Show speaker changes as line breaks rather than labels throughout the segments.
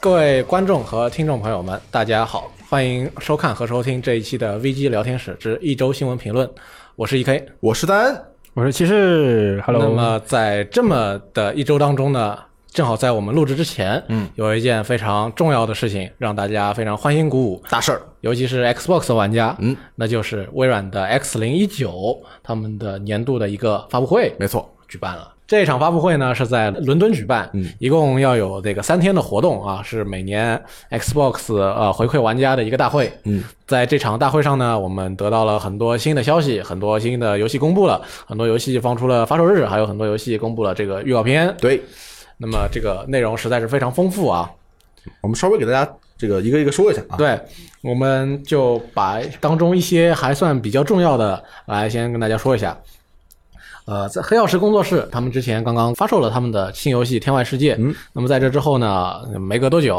各位观众和听众朋友们，大家好，欢迎收看和收听这一期的 VG 聊天室之一周新闻评论，我是 EK。
我是丹恩，
我是骑士，Hello。
那么在这么的一周当中呢，正好在我们录制之前，
嗯，
有一件非常重要的事情让大家非常欢欣鼓舞，
大事儿，
尤其是 Xbox 玩家，
嗯，
那就是微软的 X 零一九他们的年度的一个发布会
没错，
举办了。这场发布会呢是在伦敦举办，
嗯
一共要有这个三天的活动啊，是每年 Xbox 呃回馈玩家的一个大会。
嗯，
在这场大会上呢，我们得到了很多新的消息，很多新的游戏公布了，很多游戏放出了发售日，还有很多游戏公布了这个预告片。
对
那么这个内容实在是非常丰富啊。
我们稍微给大家这个一个一个说一下啊。
对，我们就把当中一些还算比较重要的来先跟大家说一下。呃，在黑曜石工作室，他们之前刚刚发售了他们的新游戏《天外世界》。嗯，那么在这之后呢，没隔多久，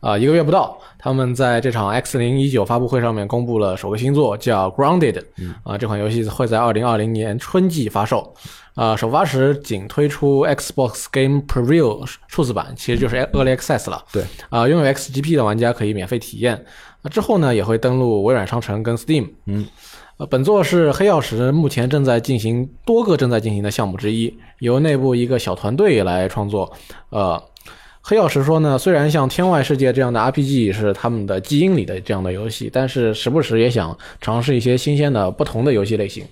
呃，一个月不到，他们在这场 X 零一九发布会上面公布了首个新作，叫《Grounded》。嗯，啊、这款游戏会在二零二零年春季发售。呃，首发时仅推出 Xbox Game Preview 数字版，其实就是 Early Access 了。
对，
啊、拥有 XGP 的玩家可以免费体验。那之后呢，也会登录微软商城跟 Steam。
嗯，
呃，本作是黑曜石目前正在进行多个正在进行的项目之一，由内部一个小团队来创作。呃，黑曜石说呢，虽然像《天外世界》这样的 RPG 是他们的基因里的这样的游戏，但是时不时也想尝试一些新鲜的、不同的游戏类型。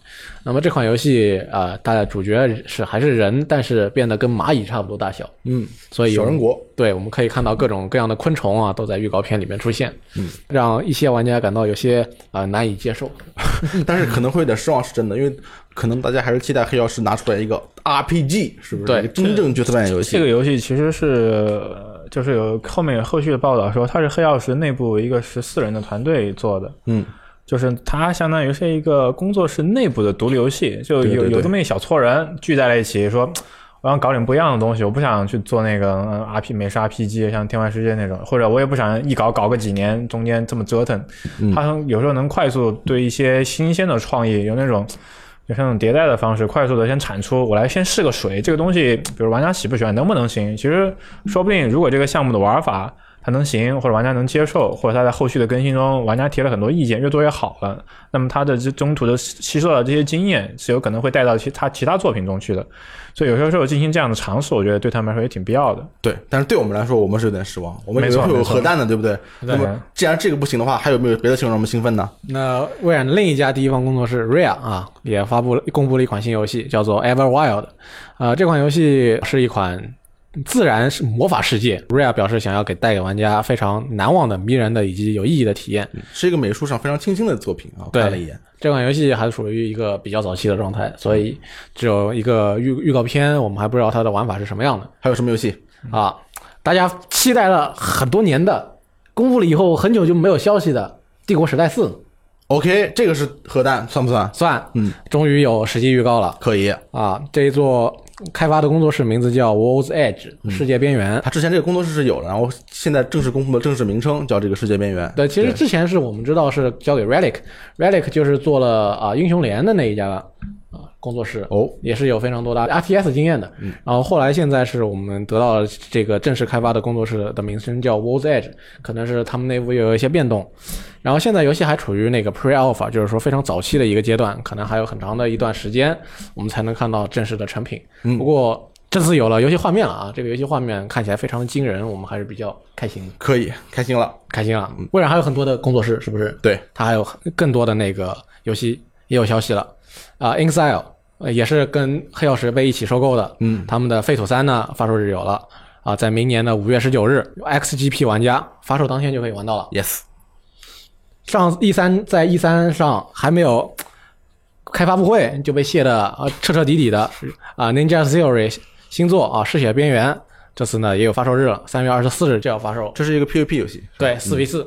那么这款游戏，呃，它的主角是还是人，但是变得跟蚂蚁差不多大小，
嗯，
所以
小
有
人国，
对，我们可以看到各种各样的昆虫啊，都在预告片里面出现，嗯，让一些玩家感到有些呃难以接受。
但是可能会有点失望，是真的，因为可能大家还是期待黑曜石拿出来一个 RPG，是不是？
对
一个真正角色扮演游戏。
这个游戏其实是呃就是有后面有后续的报道说，它是黑曜石内部一个十四人的团队做的，
嗯，
就是它相当于是一个工作室内部的独立游戏，就有
对对对
有这么一小撮人聚在了一起，说我想搞点不一样的东西，我不想去做那个嗯 R P 美式 R P G，像《天外世界》那种，或者我也不想一搞搞个几年，中间这么折腾。
嗯
它能有时候能快速对一些新鲜的创意，有那种就像那种迭代的方式，快速的先产出，我来先试个水，这个东西，比如玩家喜不喜欢，能不能行？其实说不定如果这个项目的玩法。它能行，或者玩家能接受，或者它在后续的更新中，玩家提了很多意见，越多越好了。那么它的这中途的吸吸收到的这些经验，是有可能会带到其他其他作品中去的。所以有些时候进行这样的尝试，我觉得对他们来说也挺必要的。
对，但是对我们来说，我们是有点失望，我们以
没
为
错
会有
没错
核弹的，对不对？那么既然这个不行的话，还有没有别的情况让我们兴奋呢？
那微软的另一家第一方工作室 Rare 啊，也发布了公布了一款新游戏，叫做 Everwild。呃，这款游戏是一款自然是魔法世界。Rare 表示想要给带给玩家非常难忘的、迷人的以及有意义的体验。
是一个美术上非常清新的作品啊，我
对
看了一眼，
这款游戏还属于一个比较早期的状态，所以只有一个预预告片，我们还不知道它的玩法是什么样的。
还有什么游戏？
啊，大家期待了很多年的，公布了以后很久就没有消息的《帝国时代四》
OK，这个是核弹，算不算？
算，
嗯，
终于有实际预告了
可以。
啊！这一座开发的工作室名字叫 World's Edge 世界边缘。
他之前这个工作室是有的，然后现在正式公布的正式名称叫这个世界边缘。
对，其实之前是我们知道是交给 Relic，Relic 就是做了啊英雄联的那一家啊工作室，
哦，
也是有非常多的 RTS 经验的。嗯，然后后来现在是我们得到了这个正式开发的工作室的名称叫 World's Edge，可能是他们内部又有一些变动。然后现在游戏还处于那个 Pre Alpha，就是说非常早期的一个阶段，可能还有很长的一段时间我们才能看到正式的成品。
嗯
不过。这次有了游戏画面了啊！这个游戏画面看起来非常惊人，我们还是比较开心的。
可以，开心了。
开心了。微软还有很多的工作室，是不是？
对，
它还有更多的那个游戏也有消息了啊、i n s i l e 也是跟黑曜石被一起收购的，
嗯，
他们的《废土三》呢发售日有了啊、在明年的五月十九日，XGP 玩家发售当天就可以玩到了。
Yes，
上 E 三在 E 三上还没有开发布会就被卸的啊彻彻底底的啊，Ninja Theory 新作啊《嗜血边缘》这次呢也有发售日了，三月二十四日就要发售。
这是一个 PVP 游戏。
对，四 v 四，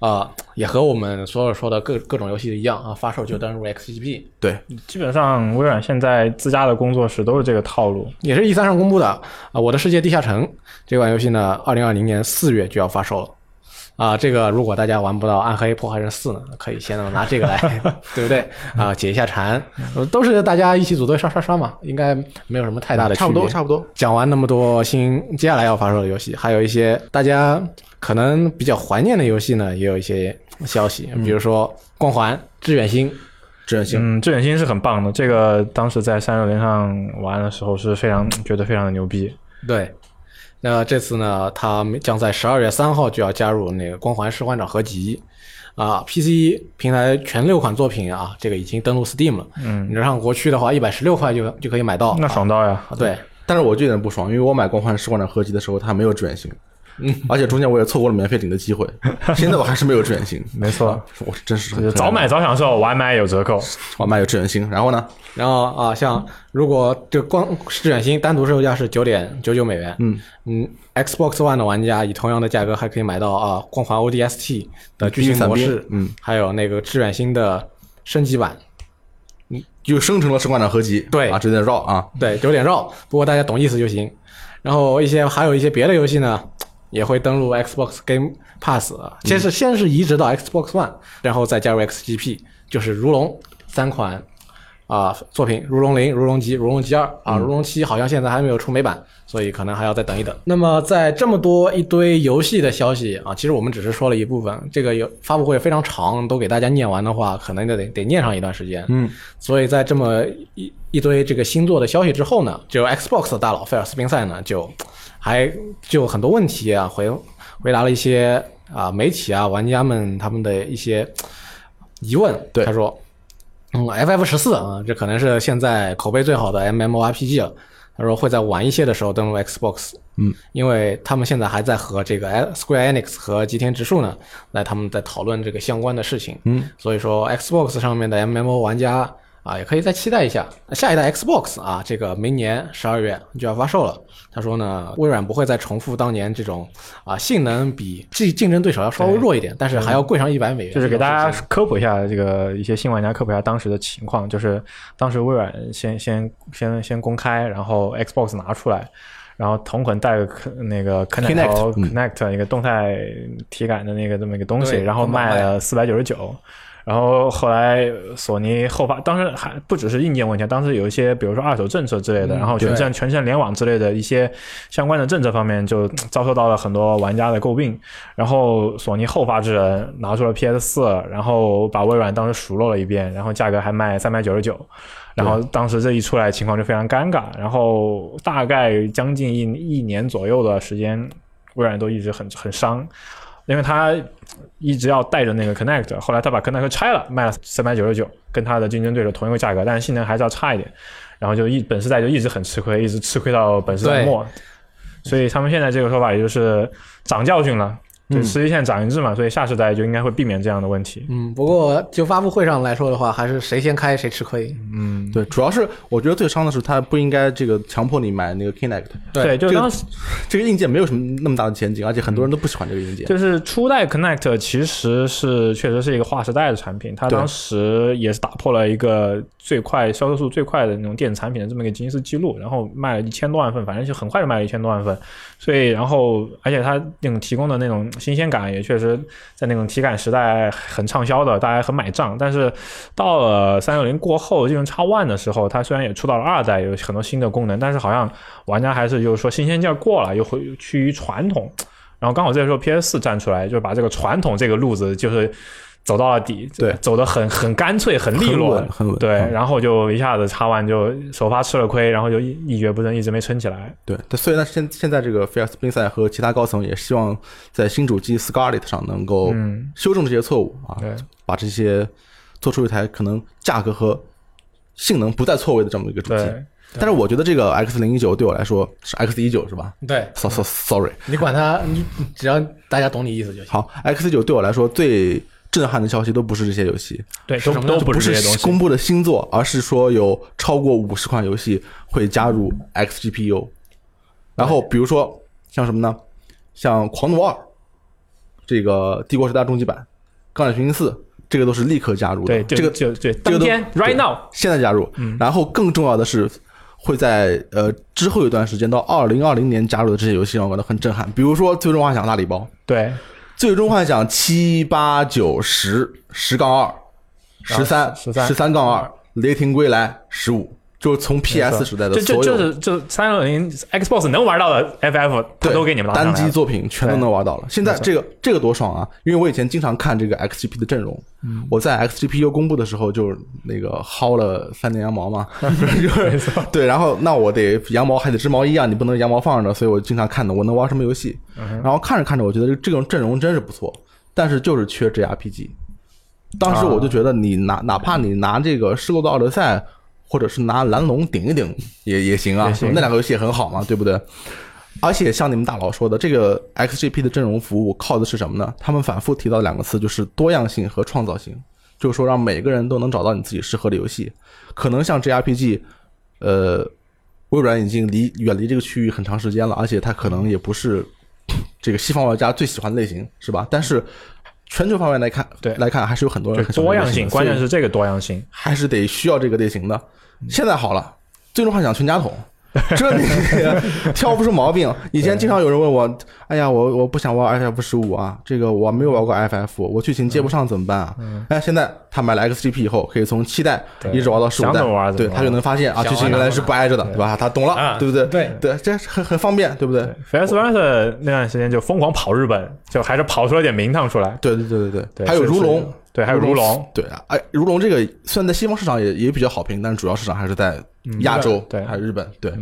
嗯啊，也和我们所有说的各各种游戏一样啊，发售就登入 XGP，
对，
基本上微软现在自家的工作室都是这个套路。
也是 E 三上公布的啊，《我的世界地下城》这款游戏呢，二零二零年四月就要发售了。啊、这个如果大家玩不到《暗黑破坏神四》呢，可以先拿这 个来，对不对？啊、解一下馋，呃都是大家一起组队刷刷刷嘛，应该没有什么太大的区别。
差不多，差不多。
讲完那么多新接下来要发售的游戏，还有一些大家可能比较怀念的游戏呢，也有一些消息，比如说《光环》《致远星》
志愿星，
嗯，致远星是很棒的，这个当时在三六零上玩的时候是非常觉得非常的牛逼。
对，那这次呢，它将在十二月三号就要加入那个《光环士官长》合集啊，PC 平台全六款作品啊，这个已经登陆 Steam 了。嗯，你上国区的话，一百十六块就就可以买到。
那爽到呀！
啊，对，
但是我就有点不爽，因为我买《光环士官长》合集的时候，它没有志愿星，嗯，而且中间我也错过了免费领的机会，现在我还是没有志愿星，
没错，
我真是
就是早买，早享受，晚买有折扣。
晚买有志愿星。然后呢，
然后啊，像如果这光致远星单独售价是九点九九美元，嗯嗯，Xbox One 的玩家以同样的价格还可以买到啊《光环 ODST》的剧情模式，
嗯，
还有那个致远星的升级版，
就生成了士官长合集，
对
啊，这有点绕啊，
对，有点绕，不过大家懂意思就行。然后一些还有一些别的游戏呢，也会登录 Xbox Game Pass，啊先是、先是移植到 Xbox One，然后再加入 XGP，就是《如龙》三款啊、作品，《如龙零》《如龙集》《如龙集二》啊，《如龙七》好像现在还没有出美版，所以可能还要再等一等。那么在这么多一堆游戏的消息啊，其实我们只是说了一部分，这个有发布会非常长，都给大家念完的话，可能就得得念上一段时间。嗯，所以在这么一一堆这个新作的消息之后呢，就 Xbox 的大佬菲尔斯宾塞呢，就还就很多问题啊，回回答了一些啊媒体啊玩家们他们的一些疑问。
对
他说，嗯，FF 十四啊，这可能是现在口碑最好的 MMORPG 了。他说会在晚一些的时候登陆 Xbox，嗯，因为他们现在还在和这个 Square Enix 和吉田直树呢，来他们在讨论这个相关的事情，嗯，所以说 Xbox 上面的 MMO 玩家啊，也可以再期待一下下一代 Xbox 啊，这个明年十二月就要发售了。他说呢，微软不会再重复当年这种啊性能比竞竞争对手要稍微弱一点，但是还要贵上一百美元，
嗯就是给大家科普一下这个一些新玩家科普一下当时的情况，就是当时微软先先先先公开，然后 Xbox 拿出来，然后同捆带个可那个 Connect 头 Connect 一个动态体感的那个这么一个东西，
对
然后卖了四百九十九。然后后来索尼后发，当时还不只是硬件问题，当时有一些比如说二手政策之类的，然后全站全站联网之类的一些相关的政策方面就遭受到了很多玩家的诟病。然后索尼后发制人，拿出了 PS 四，然后把微软当时数落了一遍，然后价格还卖三百九十九。然后当时这一出来，情况就非常尴尬。然后大概将近一一年左右的时间，微软都一直很很伤，因为他一直要带着那个 Connect，后来他把 Connect 拆了，卖了三百九十九，跟他的竞争对手同一个价格，但是性能还是要差一点。然后就一本世代就一直很吃亏，一直吃亏到本世代末。所以他们现在这个说法也就是长教训了，就实际现在长一智嘛，所以下世代就应该会避免这样的问题。
嗯，不过就发布会上来说的话，还是谁先开谁吃亏。
嗯
对，主要是我觉得最伤的是它不应该这个强迫你买那个 Kinect，
对
对，就
这个
当时
这个硬件没有什么那么大的前景，而且很多人都不喜欢这个硬件。
就是初代 Connect 其实是确实是一个划时代的产品，它
对
当时也是打破了一个最快销售数最快的那种电子产品的这么一个吉尼斯记录，然后卖了一千多万份，反正就很快就卖了一千多万份。所以，然后而且它那种提供的那种新鲜感也确实在那种体感时代很畅销的，大家很买账。但是到了三六零过后，这种 X One 的时候，它虽然也出到了二代，有很多新的功能，但是好像玩家还是就是说新鲜劲儿过了，又回趋于传统。然后刚好这时候 PS 四站出来，就把这个传统这个路子就是走到了底，
对
走得很很干脆，很利落，
很稳很稳
对，
嗯
然后就一下子 X One 就首发吃了亏，然后就一一蹶不振，一直没撑起来。
对，但虽然现现在这个菲尔斯宾塞和其他高层也希望在新主机 Scarlett 上能够修正这些错误啊，
嗯对
把这些做出一台可能价格和性能不再错位的这么一个主机。
对，
但是我觉得这个 X 零一九对我来说是 X 一九是吧
对
嗯
？So so sorry，
你管他，你只要大家懂你意思就行。
好，X 九对我来说最震撼的消息都不是这些游戏，
对，
是
都
什么呢
都
不
不是这些东
是
西。
公布的新作，而是说有超过五十款游戏会加入 XGPU。然后比如说像什么呢？像《狂怒二》这个《帝国时代终极版》《钢铁雄心四》，这个都是立刻加入的。
对，就
这个
就嗯对，
这
当
个都
天
对
right now，
现在加入。然后更重要的是，会在呃之后一段时间到二零二零年加入的这些游戏让我感到很震撼。比如说《最终幻想大礼包》，
对，
《最终幻想七八九十十杠二十三
13
十三杠二雷霆归来十五，就是从 PS 时代的
就就
所
就
有
是就三六零 Xbox 能玩到的 FF，它
对
都给你们拉上
单
来
机
了。
作品全都能玩到了。现在这个这个多爽啊！因为我以前经常看这个 XGP 的阵容，
嗯
我在 XGPU 公布的时候就那个薅了三年羊毛 嘛，就是对，然后那我得羊毛还得织毛衣啊，你不能羊毛放着，所以我经常看的，我能玩什么游戏？
嗯
然后看着看着，我觉得这这种阵容真是不错，但是就是缺 JRPG。当
啊
时我就觉得，你拿哪怕你拿这个《失落的奥德赛》，或者是拿《蓝龙》顶一顶也也行啊
也，行
那两个游戏也很好嘛，对不对？而且像你们大佬说的，这个 XGP 的阵容服务靠的是什么呢？他们反复提到两个词，就是多样性和创造性，就是说让每个人都能找到你自己适合的游戏。可能像 JRPG，呃，微软已经离远离这个区域很长时间了，而且它可能也不是这个西方玩家最喜欢的类型，是吧？但是全球范围来看，
对
来看还是有很多
就
人很喜欢
多样
这个类
性，
型的
关键
所以
是这个多样性。
还是得需要这个类型的。
嗯
现在好了，最终幻想全家 桶。这你挑不出毛病。以前经常有人问我，哎呀，我我不想玩 FF 十五啊，这个我没有玩过 FF，我剧情接不上怎么办啊？
嗯
哎，现在他买了 XGP 以后，可以从七代
对
一直玩到十五
想
代
怎么玩，怎么
对
玩
他就能发现啊，
想
剧
玩
情原来是不挨着的，
玩
对吧？他懂了，
啊
对不对？
对
对，这很很方便，对不对？
Face v e r s 那段时间就疯狂跑日本，就还是跑出了点名堂出来。
对对对对
对
还有
是
如
是
龙，
对，还有如龙，
对啊，哎，如龙这个虽然在西方市场也也比较好评，但是主要市场还是在亚洲，
嗯日本对嗯
还有日本。对、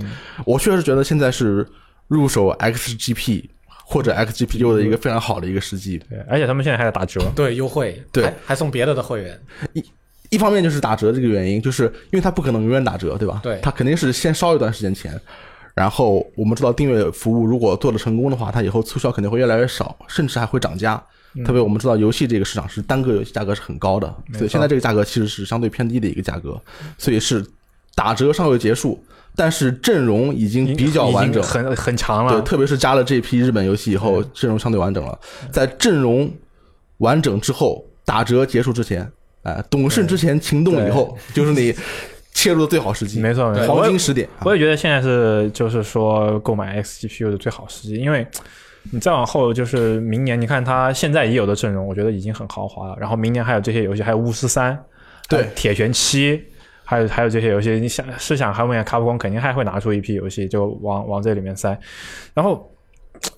我确实觉得现在是入手 XGP 或者 XGPU 的一个非常好的一个时机。
对，而且他们现在还在打折。
对，优惠，
对
还还送别的的会员，
一方面就是打折这个原因，就是因为它不可能永远打折，对吧？
对
它肯定是先烧一段时间钱。然后我们知道订阅服务如果做的成功的话，它以后促销肯定会越来越少，甚至还会涨价。
嗯
特别我们知道游戏这个市场是单个游戏价格是很高的，所以现在这个价格其实是相对偏低的一个价格，所以是打折尚未结束，但是阵容已经比较完整
已经，很很强
对，
了。
特别是加了这批日本游戏以后，阵容相对完整了。在阵容完整之后，打折结束之前，哎，懂事之前，情动以后，就是你切入的最好时机，
没错没错
黄金时点。啊
我也觉得现在是就是说购买 XGPU 的最好时机，因为你再往后就是明年，你看它现在已有的阵容，我觉得已经很豪华了。然后明年还有这些游戏，还有巫师三，
对
还有铁拳七。还有还有这些游戏，你想试想，后面卡普空肯定还会拿出一批游戏，就往往这里面塞。然后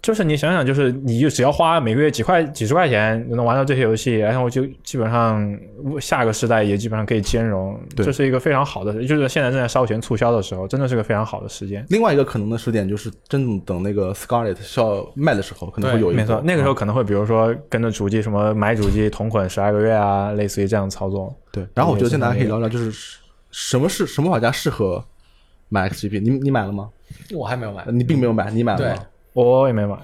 就是你想想，就是你就只要花每个月几块几十块钱就能玩到这些游戏，然后就基本上下个时代也基本上可以兼容，
对
这是一个非常好的，就是现在正在烧钱促销的时候，真的是个非常好的时间。
另外一个可能的时点就是，真等那个 Scarlet 要卖的时候，可能会有一嗯
没
波
错，那个时候可能会比如说跟着主机什么买主机同捆十二个月啊，类似于这样的操作。
对。然后我觉得现在还可以聊聊，就是什么是什么玩家适合买 XGP？你你买了吗？
我还没有买。
你并没有买，你
呃
买了
对
吗？
我也没买，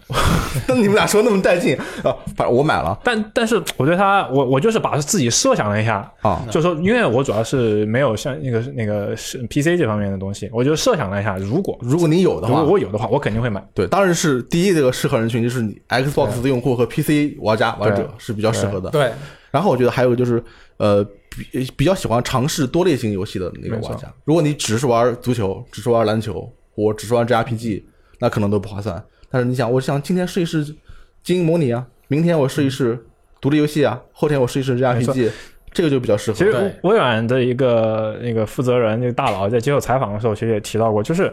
那 你们俩说那么带劲啊？反正我买了
但但是我对它，我我就是把自己设想了一下，
啊。
就说，因为我主要是没有像那个那个是 PC 这方面的东西，我就设想了一下，如果
如果你有的
如
话
果，我有的话，我肯定会买。
对，当然是第一这个适合人群就是你 Xbox 的用户和 PC 玩家玩者
对
是比较适合的。
对，
然后我觉得还有就是呃比比较喜欢尝试多类型游戏的那个玩家，如果你只是玩足球，只是玩篮球，我只是玩 JRPG，那可能都不划算。但是你想，我想今天试一试经营模拟啊，明天我试一试独立游戏啊，后天我试一试 JRPG，这个就比较适合。
其实
对
微软的一个那个负责人那个大佬在接受采访的时候，其实也提到过，就是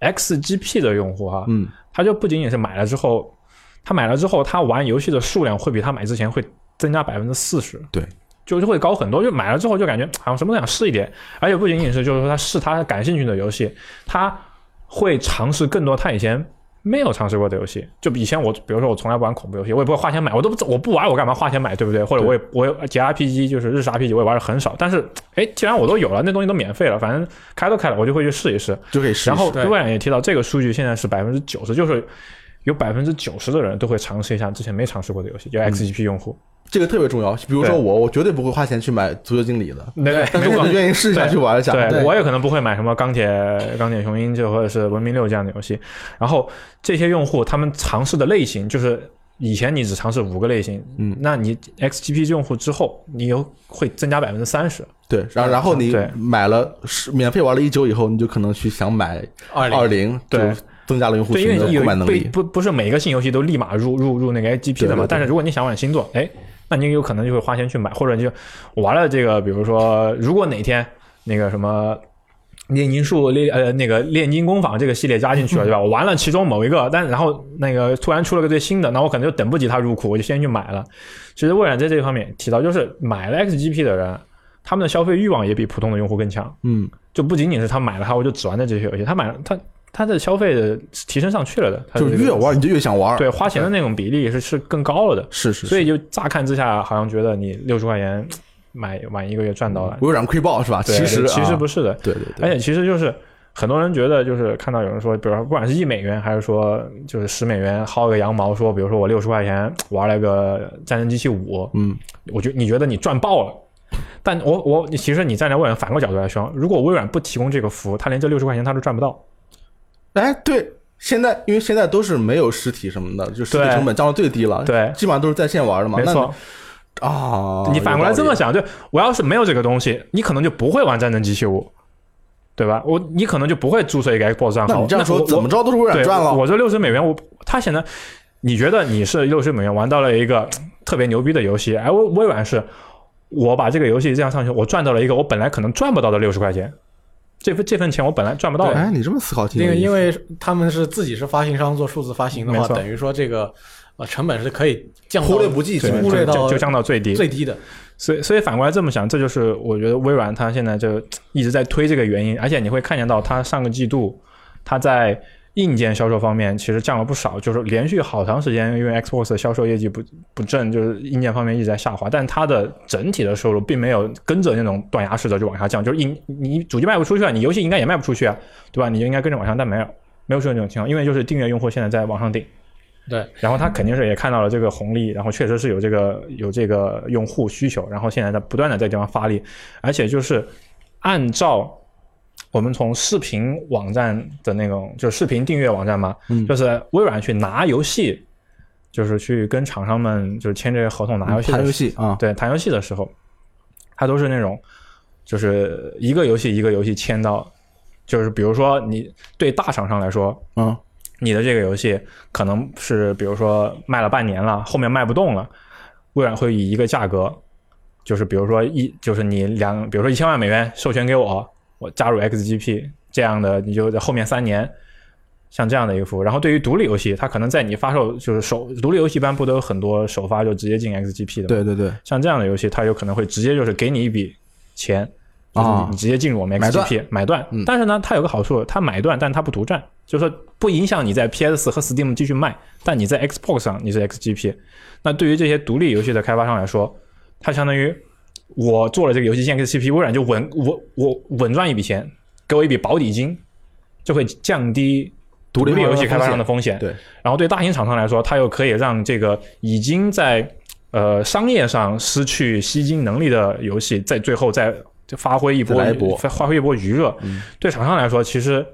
XGP 的用户哈，
嗯，
他就不仅仅是买了之后，他买了之后，他玩游戏的数量会比他买之前会增加百分之四十，
对，
就是会高很多。就买了之后就感觉好像什么都想试一点，而且不仅仅是就是说他试他感兴趣的游戏，他会尝试更多他以前。没有尝试过的游戏，就以前我，比如说我从来不玩恐怖游戏，我也不会花钱买，我都不我不玩，我干嘛花钱买，对不对？或者我也我也 JRPG 就是日式 RPG，我也玩的很少。但是，哎，既然我都有了，那东西都免费了，反正开都开了，我就会去试一试。
就可以试一试。
然后
对
微软也提到，这个数据现在是百分之九十，就是有百分之九十的人都会尝试一下之前没尝试过的游戏，就
嗯
XGP 用户。
这个特别重要，比如说
对
我，我绝对不会花钱去买足球经理的，
那个
但是我愿意试一下去玩一下。
对
对
我也可能不会买什么钢铁钢铁雄鹰就或者是文明六这样的游戏。然后这些用户他们尝试的类型就是。以前你只尝试五个类型，嗯，那你 XGP 用户之后，你又会增加百分之三十，
对，然后然后你
嗯对
买了是免费玩了一周以后，你就可能去想买
二零
二零，
对
就增加了用户
对，因
群
为
的
有
购买能
被
力。
不不是每一个新游戏都立马入入入那个 A G P 的
对
嘛，
对对
但是如果你想玩星座，哎，那你有可能就会花钱去买，或者你就玩了这个，比如说如果哪天那个什么。炼金术炼呃那个炼金工坊这个系列加进去了对吧？我玩了其中某一个，但然后那个突然出了个最新的，那我可能就等不及它入库，我就先去买了。其实微软在这方面提到，就是买了 XGP 的人，他们的消费欲望也比普通的用户更强。
嗯，
就不仅仅是他买了它，我就只玩这这些游戏，他买了他他的消费的是提升上去了的，他
就
的这个
越玩你就越想玩。，
对花钱的那种比例是是更高了的，
是是
所
是。
以就乍看之下好像觉得你六十块钱买买一个月赚到了，
微软亏爆是吧？
对
嗯其实
其实
啊
不哎是的，
对对对，
而且其实就是。很多人觉得，就是看到有人说，比如说不管是一美元，还是说就是十美元薅个羊毛，说比如说我六十块钱玩了个《战争机器五》，
嗯，
我觉你觉得你赚爆了，但我我其实你站在微软反个角度来说，如果微软不提供这个服务，他连这六十块钱他都赚不到。
哎，对，现在因为现在都是没有实体什么的，就实体
对
成本降到最低了，
对
基本上啊都是在线玩的嘛。
没错，
那啊，
你反过来
有道
这
理
么，想，就我要是没有这个东西，你可能就不会玩《战争机器五》，对吧？我你可能就不会注册一个 Xbox 账号。
那你这样
我
说
我
怎么着都是微软
对
赚了。
我这六十美元，我他显得你觉得你是六十美元玩到了一个嗯特别牛逼的游戏，哎，微微软是，我把这个游戏这样上去，我赚到了一个我本来可能赚不到的六十块钱，这份这份钱我本来赚不到的。
哎，你这么思考挺
因
有
为
意思
因为他们是自己是发行商做数字发行的
没
话，
错
等于说这个呃成本是可以降到
忽略不计
对
基本
忽
上
略到
就就降到最低。
最低的。
所以所以反过来这么想，这就是我觉得微软它现在就一直在推这个原因，而且你会看见到它上个季度它在硬件销售方面其实降了不少，就是连续好长时间因为 Xbox 的销售业绩不不振，就是硬件方面一直在下滑，但它的整体的收入并没有跟着那种断崖式的就往下降，就是硬你主机卖不出去啊，你游戏应该也卖不出去啊，对吧？你就应该跟着往上，但没有没有出现这种情况，因为就是订阅用户现在在往上顶。
对，
然后他肯定是也看到了这个红利，然后确实是有这个有这个用户需求，然后现在在不断的在地方发力，而且就是按照我们从视频网站的那种，就是视频订阅网站嘛，
嗯
就是微软去拿游戏，就是去跟厂商们就是签这个合同拿游戏的时候，
谈游戏啊，
对，谈游戏的时候，它都是那种，就是一个游戏一个游戏签到，就是比如说你对大厂商来说，
嗯，
你的这个游戏可能是比如说卖了半年了，后面卖不动了，微软会以一个价格，就是比如说一就是你两，比如说一千万美元授权给我，我加入 XGP 这样的，你就在后面三年。像这样的一个服务，然后对于独立游戏，它可能在你发售就是首独立游戏一般不都有很多首发就直接进 XGP 的嘛？
对对对，
像这样的游戏，它有可能会直接就是给你一笔钱，就是
啊
你你直接进入我们
买断
XGP 买断
嗯。
但是呢，它有个好处，它买断，但它不独占，就是说不影响你在 PS 和 Steam 继续卖，但你在 Xbox 上你是 XGP。那对于这些独立游戏的开发商来说，它相当于我做了这个游戏进 XGP，微软就稳我我稳赚一笔钱，给我一笔保底金，就会降低
独
独
立
立游戏
开
开
发
发
商的
商的风险。
对，
然后对大型厂商来说，它又可以让这个已经在呃商业上失去吸金能力的游戏，在最后再发挥一波
再来一波嗯
发发挥一波余热。对厂商来说，其实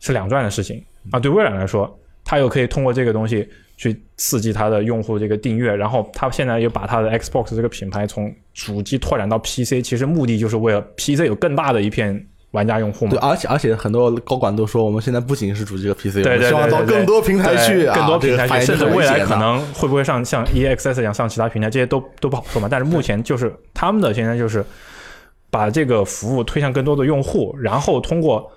是两赚的事情啊。对微软来说，它又可以通过这个东西去刺激它的用户这个订阅，然后它现在也把它的 Xbox 这个品牌从主机拓展到 PC，其实目的就是为了 PC 有更大的一片玩家用户嘛
对，。而且而且很多高管都说，我们现在不仅是主机和 PC，我们
对对，
希望
对
到
对对
更多平台
对
去啊，
更多平台
这个反
去，
应
甚至
很
未来
危险
可
的
能会不会上像 EXS 一样上其他平台，这些都都不好说嘛。但是目前就是他们的现在就是把这个服务推向更多的用户，然后通过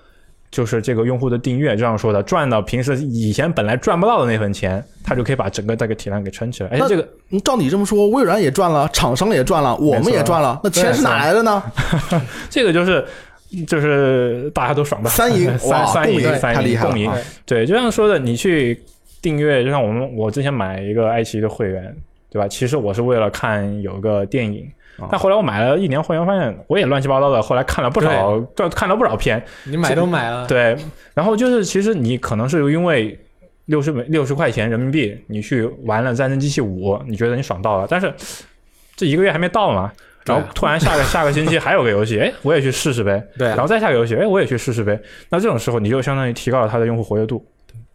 就是这个用户的订阅，这样说的，赚到平时以前本来赚不到的那份钱，他就可以把整个这个体量给撑起来。而且
那
这个
嗯照你这么说，微软也赚了，厂商也赚了，我们也赚了，那钱是哪来的呢？
这个就是就是大家都爽吧，
三赢哇
三三
共赢
赢三
太厉
赢
害了
共赢
啊，
对，就像说的，你去订阅，就像我们我之前买一个爱奇艺的会员，对吧？其实我是为了看有个电影。但后来我买了一年会员，发现我也乱七八糟的。后来看了不少，看看了不少片，
你买都买了，
对。然后就是，其实你可能是因为六十美六十块钱人民币，你去玩了《战争机器五》，你觉得你爽到了，但是这一个月还没到嘛，然后突然下个下个星期还有个游戏，哎，我也去试试呗。
对
然后再下个游戏，哎，我也去试试呗。那这种时候你就相当于提高了它的用户活跃度。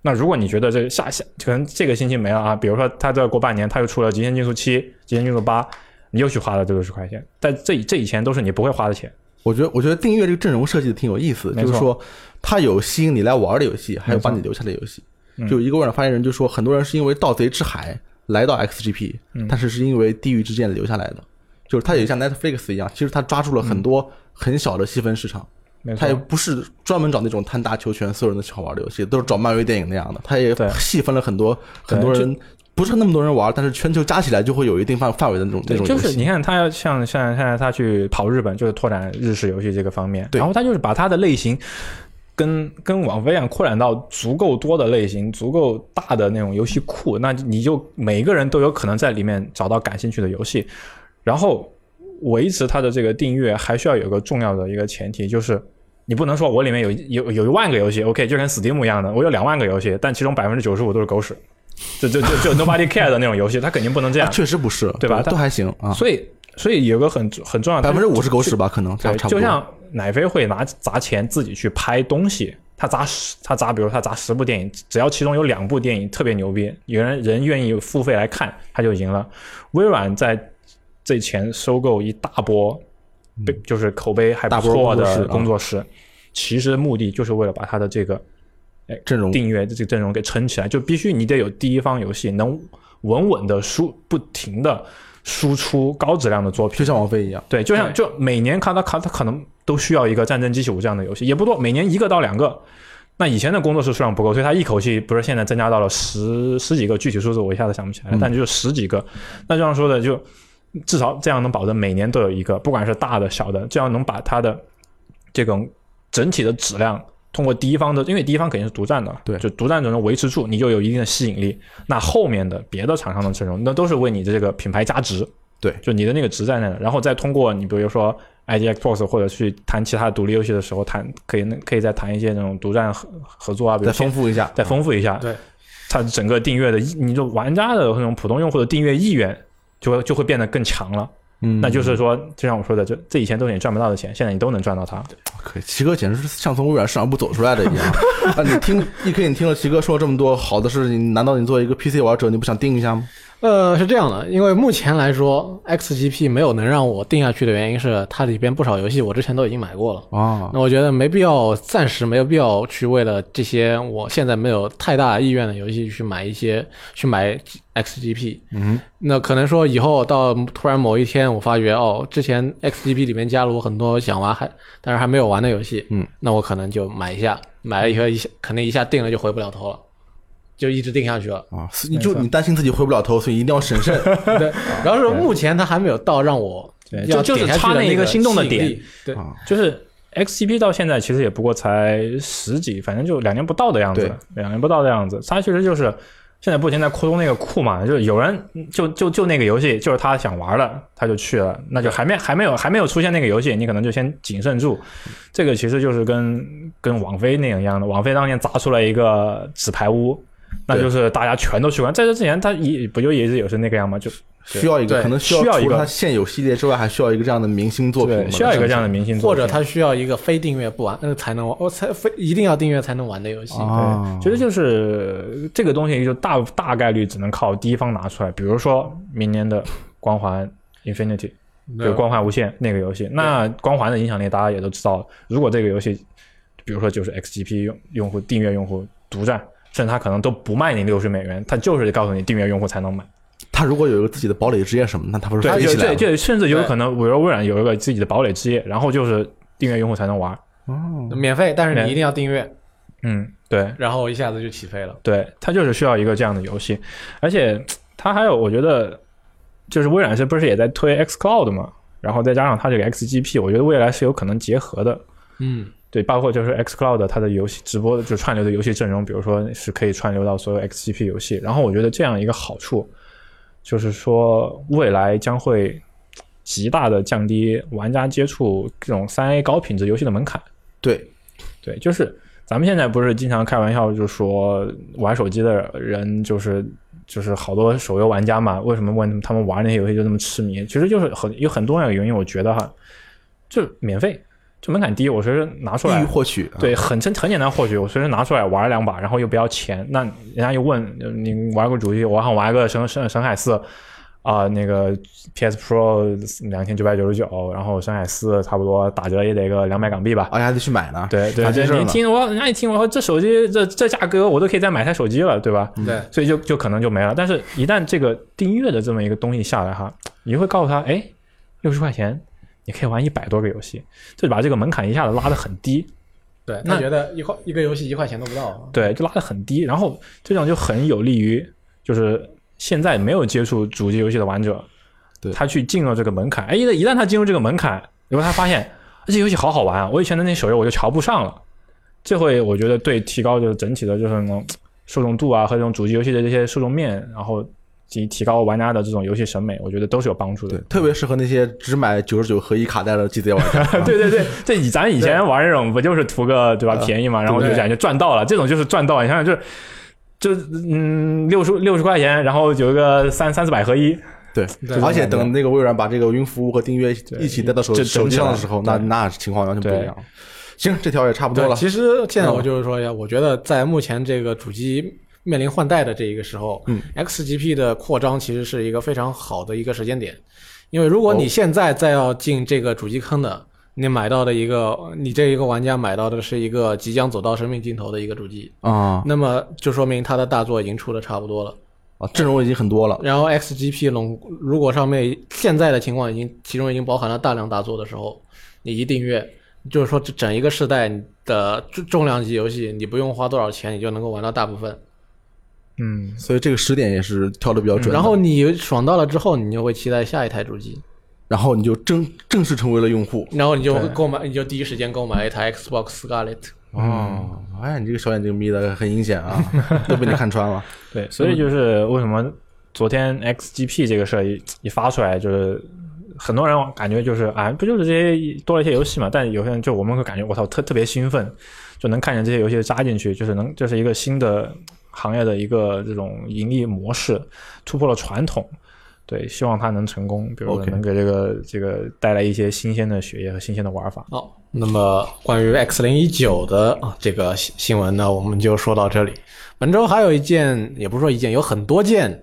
那如果你觉得这下下可能这个星期没了啊，比如说它再过半年，它又出了《极限竞速七》《极限竞速八》，你又去花了这六十块钱，但这这以前都是你不会花的钱，
我觉得我觉得订阅这个阵容设计的挺有意思，
没
就
错
是说它有吸引你来玩的游戏，还有
没错
把你留下的游戏。
嗯
就有一个微软发言人就说，很多人是因为《盗贼之海》来到 XGP，、但
嗯
是是因为《地狱之剑》留下来的。就是它也像 Netflix 一样，其实它抓住了很
嗯
多很小的细分市场，
没
它也
错，
不是专门找那种贪大求全、所有人都喜欢玩的游戏，都是找漫威电影那样的。它也
对
细分了很多
对
很多人，不是那么多人玩，但是全球加起来就会有一定范范围的那种那
对，
种游
就
戏。
是你看他要像像现在他去跑日本，就是拓展日式游戏这个方面，
对
然后他就是把他的类型。跟跟网飞一样扩展到足够多的类型、足够大的那种游戏库，那你就每个人都有可能在里面找到感兴趣的游戏。然后维持它的这个订阅，还需要有个重要的一个前提，就是你不能说我里面有有有一万个游戏，OK，就跟 Steam 一样的，我有两万个游戏，但其中百分之九十五都是狗屎，就就就就 nobody care 的那种游戏，它肯定不能这样
啊，。确实不是，
对吧它
都还行啊，
所以，所以有个很很重要的，
百分之五十狗屎吧，可能差
对，
差不多。
就像奶飞会拿砸钱自己去拍东西，他砸十，他砸，比如他砸十部电影，只要其中有两部电影特别牛逼，有人人愿意付费来看，他就赢了。微软在这前收购一大波，被就是口碑还不
嗯大波工
错
作室
的
啊
工作室，其实目的就是为了把他的这个
阵容
订阅这个阵容给撑起来，就必须你得有第一方游戏能稳稳的输，不停的输出高质量的作品
就。像王菲一样，
对，就像
对
就每年卡达卡他可能都需要一个《战争机器五》这样的游戏，也不多，每年一个到两个。那以前的工作室数量不够，所以他一口气不是现在增加到了十十几个，具体数字我一下子想不起来，但就十几个。那就像说的，就至少这样能保证每年都有一个，不管是大的小的，这样能把它的这种整体的质量通过第一方的，因为第一方肯定是独占的，
对
就独占阵容维持住，你就有一定的吸引力。那后面的别的厂商的阵容，那都是为你的这个品牌加值，
对
就你的那个值在那里，然后再通过你比如说 i g Xbox 或者去谈其他独立游戏的时候谈，可以那可以再谈一些那种独占合合作啊，比如
再
说
丰富一下，嗯
再丰富一下，
对，
它整个订阅的意，你就玩家的那种普通用户的订阅意愿就会就会变得更强了。
嗯，
那就是说，就像我说的，这这以前都是你赚不到的钱，现在你都能赚到它。
可以。奇哥简直是像从微软市场部走出来的一样。啊，你听 EK，你听了奇哥说了这么多好的事情，难道你作为一个 PC 玩者，你不想定一下吗？
呃，是这样的，因为目前来说，XGP 没有能让我定下去的原因是，它里边不少游戏我之前都已经买过了。
啊，
那我觉得没必要，暂时没有必要去为了这些我现在没有太大意愿的游戏去买一些去买 XGP。
嗯，
那可能说以后到突然某一天，我发觉哦，之前 XGP 里面加了我很多想玩还但是还没有玩的游戏，
嗯，
那我可能就买一下，买了以后一下肯定一下定了就回不了头了，就一直定下去 了。
啊，所以就你担心自己回不了头，所以一定要审慎。
对，然后是目前它还没有到让我
对
要
就就是
点下去
差
的
那一
个
个心动的
吸引
点
力，对
啊。
就是 XGP 到现在其实也不过才十几，反正就两年不到的样子
对，
两年不到的样子。它其实就是现在不停在扩充那个库嘛，就是有人就就就那个游戏就是他想玩了，他就去了，那就还没还没有还没有出现那个游戏，你可能就先谨慎住。这个其实就是跟跟网飞那样一样的，网飞当年砸出来一个纸牌屋。那
对
就是大家全都去玩，在这之前，他也不就也是有是那个样吗？就
需要一个，
对
可能
需要一
除
个
了他现有系列之外，还需要一个这样的明星作品
对，
嘛。
需要一个这样的明星作
或
品，
者他需要一个非订阅不玩，嗯、才能玩，我、才非一定要订阅才能玩的游戏。
啊
对，其实就是这个东西就大大概率只能靠第一方拿出来，比如说明年的《光环 Infinity》，就
对
《光环无限》那个游戏。那《光环》的影响力大家也都知道了，如果这个游戏，比如说就是 XGP 用用户订阅用户独占，甚至他可能都不卖你六十美元，他就是告诉你订阅用户才能买。
他如果有一个自己的堡垒之夜什么，那他不是
对，
飞
就
起来
对，
了？
就甚至有
对
可能，比如说微软有一个自己的堡垒之夜，然后就是订阅用户才能玩。
免费，但是
对
你一定要订阅，
嗯，对。
然后一下子就起飞了。
对，它就是需要一个这样的游戏，而且它还有，我觉得就是微软是不是也在推 X Cloud 嘛？然后再加上它这个 XGP，我觉得未来是有可能结合的。
嗯，
对，包括就是 X Cloud 它的游戏直播的，就是串流的游戏阵容，比如说是可以串流到所有 XGP 游戏。然后我觉得这样一个好处，就是说未来将会极大的降低玩家接触这种三 A 高品质游戏的门槛。
对，
对，就是咱们现在不是经常开玩笑，就说玩手机的人就是就是好多手游玩家嘛，为什么问他们玩那些游戏就那么痴迷？其实就是很有很重要的原因，我觉得哈，就免费，就门槛低，我随时拿出
易于
来。
获取。啊，
对，很真很简单获取，我随时拿出来玩两把，然后又不要钱。那人家又问呃你玩个主机，我想玩个神神神海四，啊、那个 PS Pro 两千九百九十九，然后山海四差不多打折也得个两百港币吧。
啊哎而且还得去买 呢。
对对
烦
对
这事，儿
你
呢
听我，人家一听我说这手机这这价格，我都可以再买台手机了，对吧？
嗯
对，
所以就就可能就没了。但是，一旦这个订阅的这么一个东西下来哈，你就会告诉他，哎，六十块钱你可以玩一百多个游戏，就把这个门槛一下子拉得很低。
对
那
他觉得一块一个游戏一块钱都不到，啊
对，就拉得很低，然后这种就很有利于就是现在没有接触主机游戏的玩者，
对
他去进入这个门槛，哎，一旦一旦他进入这个门槛，如果他发现这游戏好好玩啊，我以前的那手游我就瞧不上了，这会我觉得对提高就是整体的就是那种受众度啊和这种主机游戏的这些受众面，然后及提高玩家的这种游戏审美，我觉得都是有帮助的
对，。特别适合那些只买九十九合一卡带的 GTA 玩家。
对对对，这以咱以前玩这种不就是图个对吧便宜嘛，然后就
对
感觉赚到了，这种就是赚到了。你想想就是，就嗯六十六十块钱，然后有一个三三四百合一，
对
对，
而且等那个微软把这个云服务和订阅一起带到手
这
手机上的
整起
时
来
候，那
对
那情况完全不一样。行，这条也差不多
对，
了。嗯
其实现在我就是说呀，我觉得在目前这个主机面临换代的这一个时候，
嗯
，XGP 的扩张其实是一个非常好的一个时间点，因为如
哦
果你现在再要进这个主机坑的，你买到的一个，你这一个玩家买到的是一个即将走到生命尽头的一个主机，
啊
那么就说明它的大作已经出的差不多了。
啊，阵容已经很多了。
然后 XGP 龙如果上面现在的情况已经其中已经包含了大量大作的时候，你一订阅，就是说这整一个世代的重重量级游戏，你不用花多少钱，你就能够玩到大部分。
嗯，
所以这个时点也是挑的比较准的。
然后你爽到了之后，你就会期待下一台主机，
然后你就正正式成为了用户。
然后你就购买，你就第一时间购买一台 Xbox Scarlet。
哦，哎，你这个小眼睛眯的很阴险 啊，都被你看穿了。
对，所
嗯
以就是为什么昨天 XGP 这个事儿一一发出来，就是很多人感觉就是啊，不就是这些多了一些游戏嘛？但有些人就我们会感觉我操，特特别兴奋，就能看见这些游戏扎进去，就是能这、是一个新的行业的一个这种盈利模式，突破了传统。对，希望它能成功，比如说
OK
能给这个这个带来一些新鲜的血液和新鲜的玩法。
好，那么关于 X 零一九的啊这个新新闻呢，我们就说到这里。本周还有一件，也不是说一件，有很多件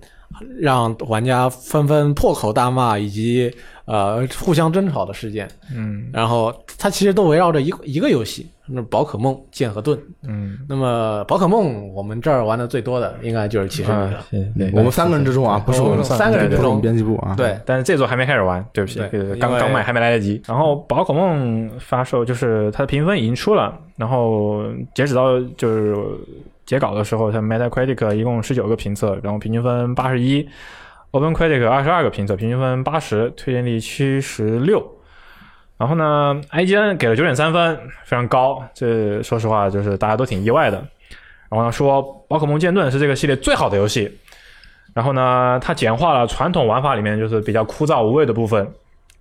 让玩家纷纷破口大骂以及呃互相争吵的事件。
嗯
然后它其实都围绕着一个一个游戏，那宝可梦剑和盾。
嗯，
那么宝可梦我们这儿玩的最多的应该就是骑士女
啊
了。，
对哦
我们三个人之中啊，不是我
我
们
们
三
三个人
不
之
是我们
中，
编辑部啊。，
对
但是这座还没开始玩，对不起，
对
呃
因
刚
为
刚买还没来得及。然后宝可梦发售就是它的评分已经出了，然后截止到就是截稿的时候，它 Metacritic 一共十九个评测，然后平均分八十一，OpenCritic 二十二个评测，平均分八十，推荐力七十六。然后呢，IGN 给了九点三分，非常高。这说实话就是大家都挺意外的。然后呢，说《宝可梦剑盾》是这个系列最好的游戏。然后呢，它简化了传统玩法里面就是比较枯燥无味的部分，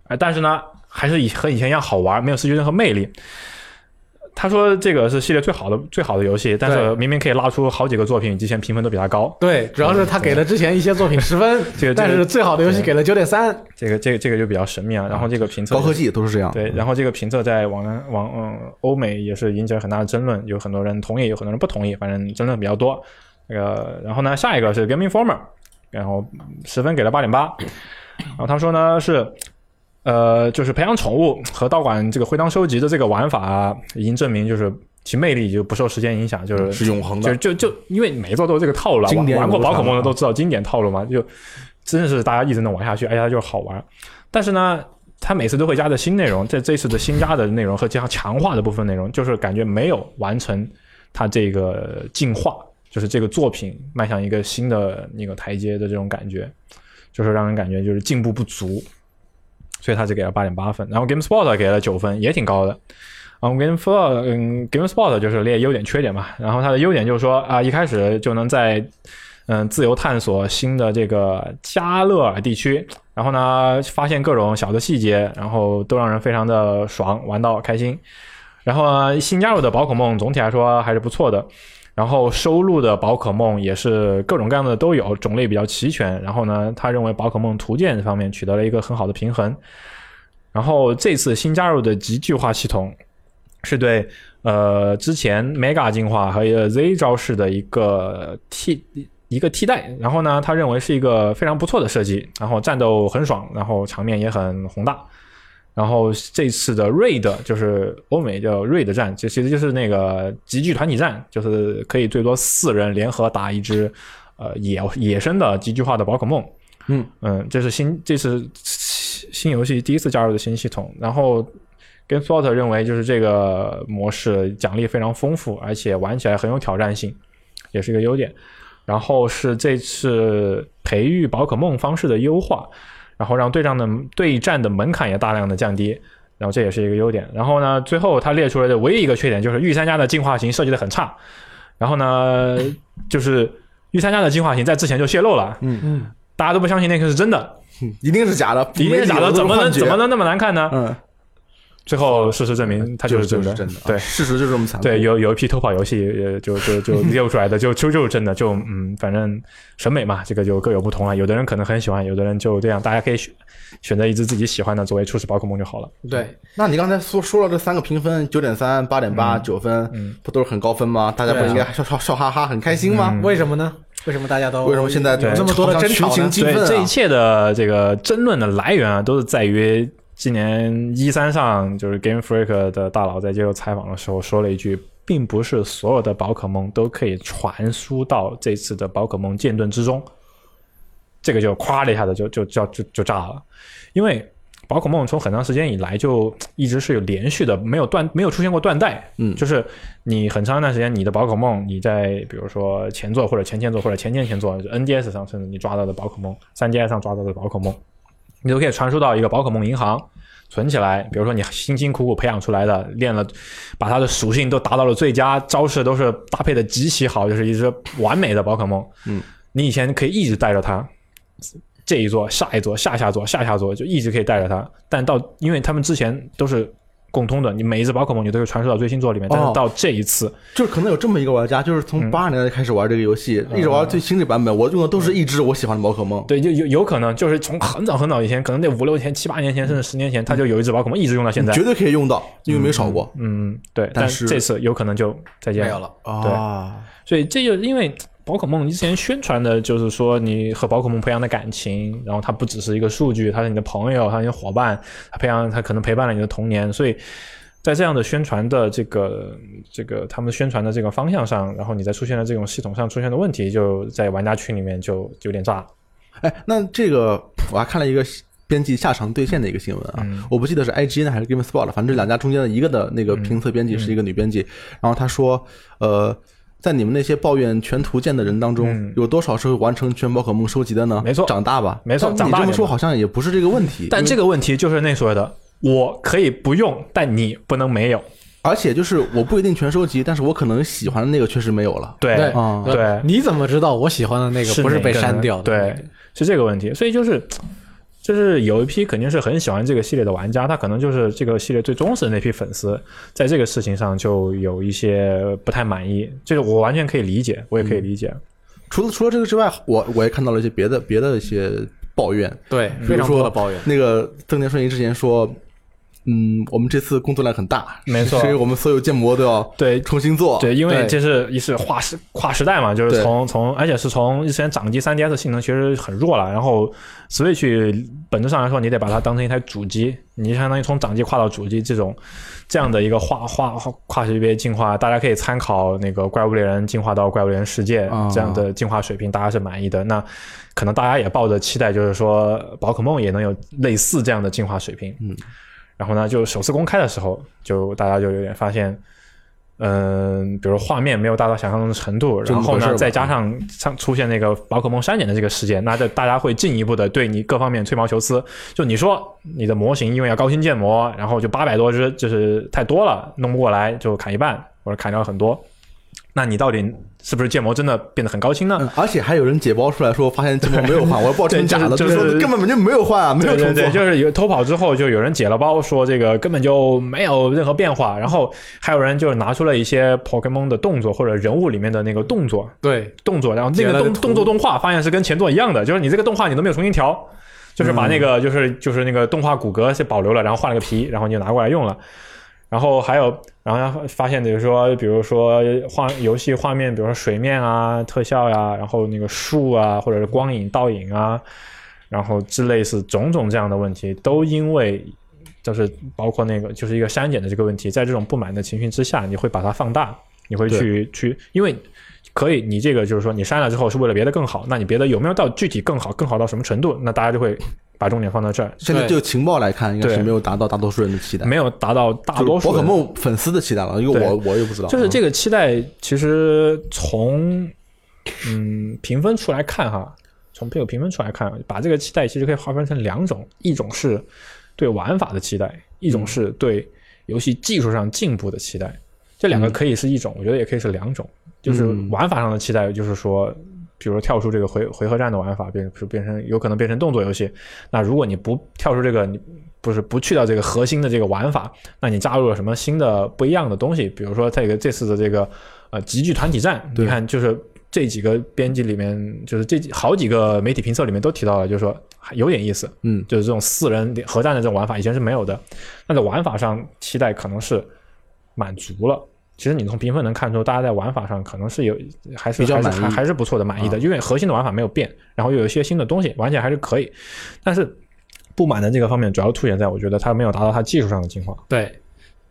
哎，但是呢，还是以和以前一样好玩，没有失去任何魅力。他说这个是系列最好的最好的游戏，但是
对
明明可以拉出好几个作品，之前评分都比它高。
对，主要是他给了之前一些作品十 分
这个，
但是最好的游戏给了九点三。
这个这个这个就比较神秘啊。然后这个评测
高科技都是这样。
对，然后这个评测在网上网嗯欧美也是引起了很大的争论，有很多人同意，有很多人不同意，反正争论比较多。那个，然后呢，下一个是 Game Informer，然后十分给了八点八，然后他说呢是。呃，就是培养宠物和道馆这个徽章收集的这个玩法、已经证明就是其魅力就不受时间影响，就是
嗯是永恒的
就就就因为每一座都有这个套路了，啊
经
玩
典
玩过
流传
宝可梦的
嘛
都知道经典套路嘛，就真的是大家一直能玩下去，而且它就是好玩。但是呢，它每次都会加的新内容，在这次的新加的内容和加上强化的部分内容，就是感觉没有完成它这个进化，就是这个作品迈向一个新的那个台阶的这种感觉，就是让人感觉就是进步不足，所以它只给了八点八分，然后 GameSpot 给了九分，也挺高的。然后 GameSpot，嗯，GameSpot 就是列优点缺点嘛，然后它的优点就是说啊、一开始就能在嗯自由探索新的这个加勒尔地区，然后呢，发现各种小的细节，然后都让人非常的爽，玩到开心。然后呢，新加入的宝可梦总体来说还是不错的，然后收录的宝可梦也是各种各样的都有，种类比较齐全。然后呢，他认为宝可梦图鉴这方面取得了一个很好的平衡。然后这次新加入的集聚化系统是对呃呃之前 Mega 进化和 Z 招式的一个替一个替代。然后呢，他认为是一个非常不错的设计，然后战斗很爽，然后场面也很宏大。然后这次的 Raid 就是欧美叫 Raid 战，就其实就是那个极具团体战，就是可以最多四人联合打一只呃野野生的极具化的宝可梦。
嗯
嗯，这是新这是新游戏第一次加入的新系统。然后 GameSpot 认为就是这个模式奖励非常丰富，而且玩起来很有挑战性，也是一个优点。然后是这次培育宝可梦方式的优化，然后让对战的对战的门槛也大量的降低，然后这也是一个优点。然后呢，最后他列出来的唯一一个缺点就是御三家的进化型设计的很差，然后呢，就是御三家的进化型在之前就泄露了，
嗯
嗯，
大家都不相信那个是真的，
一定是假的，
一定是假
没理由
的，
都
怎么能
幻觉
怎么能那么难看呢？
嗯，
最后事实证明它
就是
真
是
的，
真的，啊
对。
事实就是这么残酷。
对，有有一批偷跑游戏，呃，就就 就溜出来的，就就就是真的，就嗯，反正审美嘛，这个就各有不同了。有的人可能很喜欢，有的人就这样，大家可以选选择一只自己喜欢的作为初始宝可梦就好了。
对，
那你刚才说说了这三个评分，九点三、八点
嗯
八、九分，不都是很高分吗？大家不应
啊
该笑笑笑哈哈，很开心吗？
为什么呢？为什么大家都
为什么现在
有这么多的争
群
吵
情
呢？
激
对，
愤
这
啊
一？切的这个争论的来源啊，都是在于今年一三上，就是 Game Freak 的大佬在接受采访的时候说了一句，并不是所有的宝可梦都可以传输到这次的宝可梦剑盾之中。这个就咵的一下子就就就就就炸了，因为宝可梦从很长时间以来就一直是有连续的，没有断，没有出现过断代。
嗯
就是你很长一段时间，你的宝可梦你在比如说前作或者前前作或者前前前作就是，NDS 上甚至你抓到的宝可梦，3DS 上抓到的宝可梦，你都可以传输到一个宝可梦银行。存起来，比如说你辛辛苦苦培养出来的，练了，把它的属性都达到了最佳，招式都是搭配的极其好，就是一只完美的宝可梦。
嗯，
你以前可以一直带着它，这一座、下一座、下下座、下下座，就一直可以带着它。但到因为他们之前都是共通的，你每一只宝可梦你都会传输到最新座里面，
哦
但是到这一次，
就是可能有这么一个玩家，就是
嗯
从八十年代开始玩这个游戏，一直玩最新的版本，我用的都是一只我喜欢的宝可梦。
对，就有有可能就是从很早很早以前，可能得五六年、七八年前，甚至十年前，他就有一只宝可梦一直用到现在
绝。对可以用到，因为没少过
嗯，对，
但
但
是
这次有可能就再见
没有了。
啊。
所以这就因为宝可梦之前宣传的就是说你和宝可梦培养的感情，然后它不只是一个数据，它是你的朋友，它是你的伙伴，它培养它可能陪伴了你的童年，所以。在这样的宣传的这个这个他们宣传的这个方向上，然后你在出现了这种系统上出现的问题，就在玩家群里面就就有点炸了。
哎，那这个我还看了一个编辑下场兑现的一个新闻啊，
嗯
我不记得是 IGN 还是 GameSpot 了，反正这两家中间的一个的那个评测编
嗯
辑是一个女编辑，然后她说，呃，在你们那些抱怨全图鉴的人当中，有多少是会完成全宝可梦收集的呢？
嗯没错
长大吧，
没错
但
长
你
大
这么
点
说
吧
好像也不是这个问题，嗯
但这个问题就是那所谓的，我可以不用，但你不能没有。
而且就是我不一定全收集，但是我可能喜欢的那个确实没有了。
对
啊
对
你怎么知道我喜欢的那个不是被删掉的？
是哪个呢对，是这个问题。所以就是，就是有一批肯定是很喜欢这个系列的玩家，他可能就是这个系列最忠实的那批粉丝，在这个事情上就有一些不太满意。这个我完全可以理解，我也可以
嗯
理解。
除了除了这个之外，我我也看到了一些别的别的一些抱怨，
对，
比
非
如
常
说
多的抱怨。
那个增田顺一之前说，嗯，我们这次工作量很大，
没错
所以我们所有建模都要
对
重新做。
对，因为
对
这是一是跨时跨时代嘛，就
对
是从从，而且是从之前掌机 3DS 性能其实很弱了，然后 Switch 本质上来说，你得把它当成一台主机，你就相当于从掌机跨到主机这种这样的一个跨跨跨级别进化，大家可以参考那个怪物猎人进化到怪物猎人世界
啊
这样的进化水平，大家是满意的。那可能大家也抱着期待，就是说宝可梦也能有类似这样的进化水平。
嗯，
然后呢，就首次公开的时候，就大家就有点发现。嗯，比如画面没有达到想象中的程度，
这么
然后
回事吧
呢，再加上上出现那个宝可梦删减的这个事件，那这大家会进一步的对你各方面吹毛求疵。就你说你的模型因为要高清建模，然后就八百多只，就是太多了，弄不过来就砍一半或者砍掉很多。那你到底是不是建模真的变得很高清呢？
嗯而且还有人解包出来说，发现建模没有换，我要报真假的，
对就
就是说
就是
根本就没有换啊，没有
对
重
对
做
对，。就是有偷跑之后，就有人解了包，说这个根本就没有任何变化。然后还有人就是拿出了一些 Pokemon 的动作或者人物里面的那个动作
对，
动作，然后那
截了
个
个
动
图
动作动画发现是跟前作一样的，就是你这个动画你都没有重新调，
嗯
就是把那个就是就是那个动画骨骼是保留了，然后换了个皮，然后你就拿过来用了。然后还有，然后发现，比如说，比如说画游戏画面，比如说水面啊、特效呀、然后那个树啊，或者是光影、倒影啊，然后之类似种种这样的问题，都因为就是包括那个就是一个删减的这个问题，在这种不满的情绪之下，你会把它放大，你会去去，因为可以，你这个就是说你删了之后是为了别的更好，那你别的有没有到具体更好，更好到什么程度，那大家就会把重点放到这儿，
现在就情报来看，应该是
对
没有达到大多数人的期待，
没有达到大
就是
多数
宝可
人
梦粉丝的期待了，因为
对
我我也不知道，啊
就是这个期待，其实从嗯评分出来看哈，从这个评分出来看，把这个期待其实可以划分成两种，一种是对玩法的期待，一种是对游戏技术上进步的期待。这两个可以是一种，我觉得也可以是两种。就是玩法上的期待，就是说，比如说跳出这个回回合战的玩法，变变变成有可能变成动作游戏。那如果你不跳出这个，你不是不去掉这个核心的这个玩法，那你加入了什么新的不一样的东西？比如说这个这次的这个呃极具团体战，你看就是这几个编辑里面，就是这几好几个媒体评测里面都提到了，就是说还有点意思，
嗯，
就是这种四人合战的这种玩法以前是没有的。那在玩法上期待可能是满足了。其实你从评分能看出，大家在玩法上可能是有还是
比较
还是
满意啊
还还是不错的，满意的，因为核心的玩法没有变，然后又有一些新的东西，玩起来还是可以。但是不满的这个方面，主要凸显在我觉得它没有达到它技术上的进化。
对，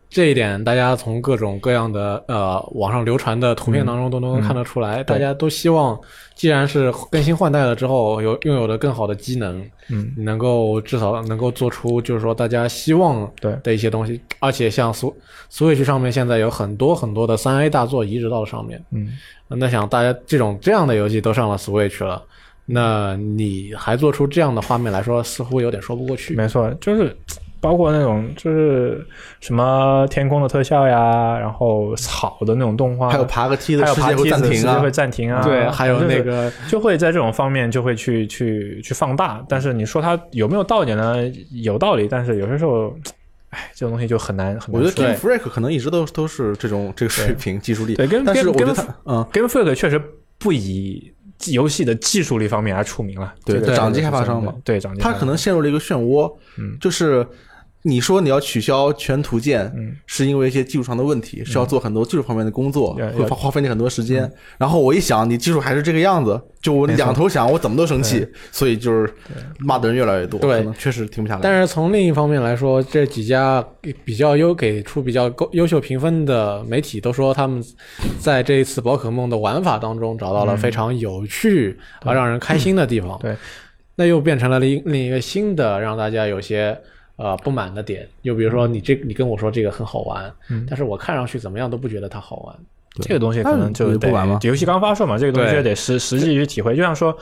这一点大家从各种各样的呃网上流传的图片当中都能看得出来，大家都希望，既然是更新换代了之后，有拥有了更好的机能，
嗯，
能够至少能够做出就是说大家希望
对
的一些东西，而且像 Sw- Switch 上面现在有很多很多的三 A 大作移植到了上面，
嗯，
那想大家这种这样的游戏都上了 Switch 了。那你还做出这样的画面来说，似乎有点说不过去。
没错，就是包括那种就是什么天空的特效呀，然后草的那种动画，
还有爬个梯子，
还有
世
爬
界
梯
会
子
暂
世
停
界
啊
会，暂停啊，
对，还有
就是
那个
就会在这种方面就会去去去放大。但是你说它有没有道理呢？有道理，但是有些时候，哎，这种东西就很难很
我
难
觉
说
得。Game Freak 可能一直都都是这种这个水平技术力，
对跟
但是
跟
我觉得
跟
他嗯，
Game Freak 确实不以游戏的技术力方面而出名了，
对
这个
掌机开发商嘛，
对掌机开发
他
商，
可能陷入了一个漩涡，
嗯
就是你说你要取消全图鉴，
嗯
是因为一些技术上的问题，是要做很多技术方面的工作，
要要嗯
会花花费你很多时间。然后我一想，你技术还是这个样子，就我
没错
两头想，我怎么都生气，所以就是骂的人越来越多，
对
可能确实停不下来。
但是从另一方面来说，这几家比较优给出比较高优秀评分的媒体都说，他们在这一次宝可梦的玩法当中找到了非常有趣而让人开心的地方。
嗯对，
那又变成了另另一个新的让大家有些。呃，不满的点，就比如说你这，你跟我说这个很好玩，
嗯
但是我看上去怎么样都不觉得它好玩。
这个东西可能就
那你
是
不玩吗
游戏刚发售嘛，这个东西
对
就得实实际去体会。就像说，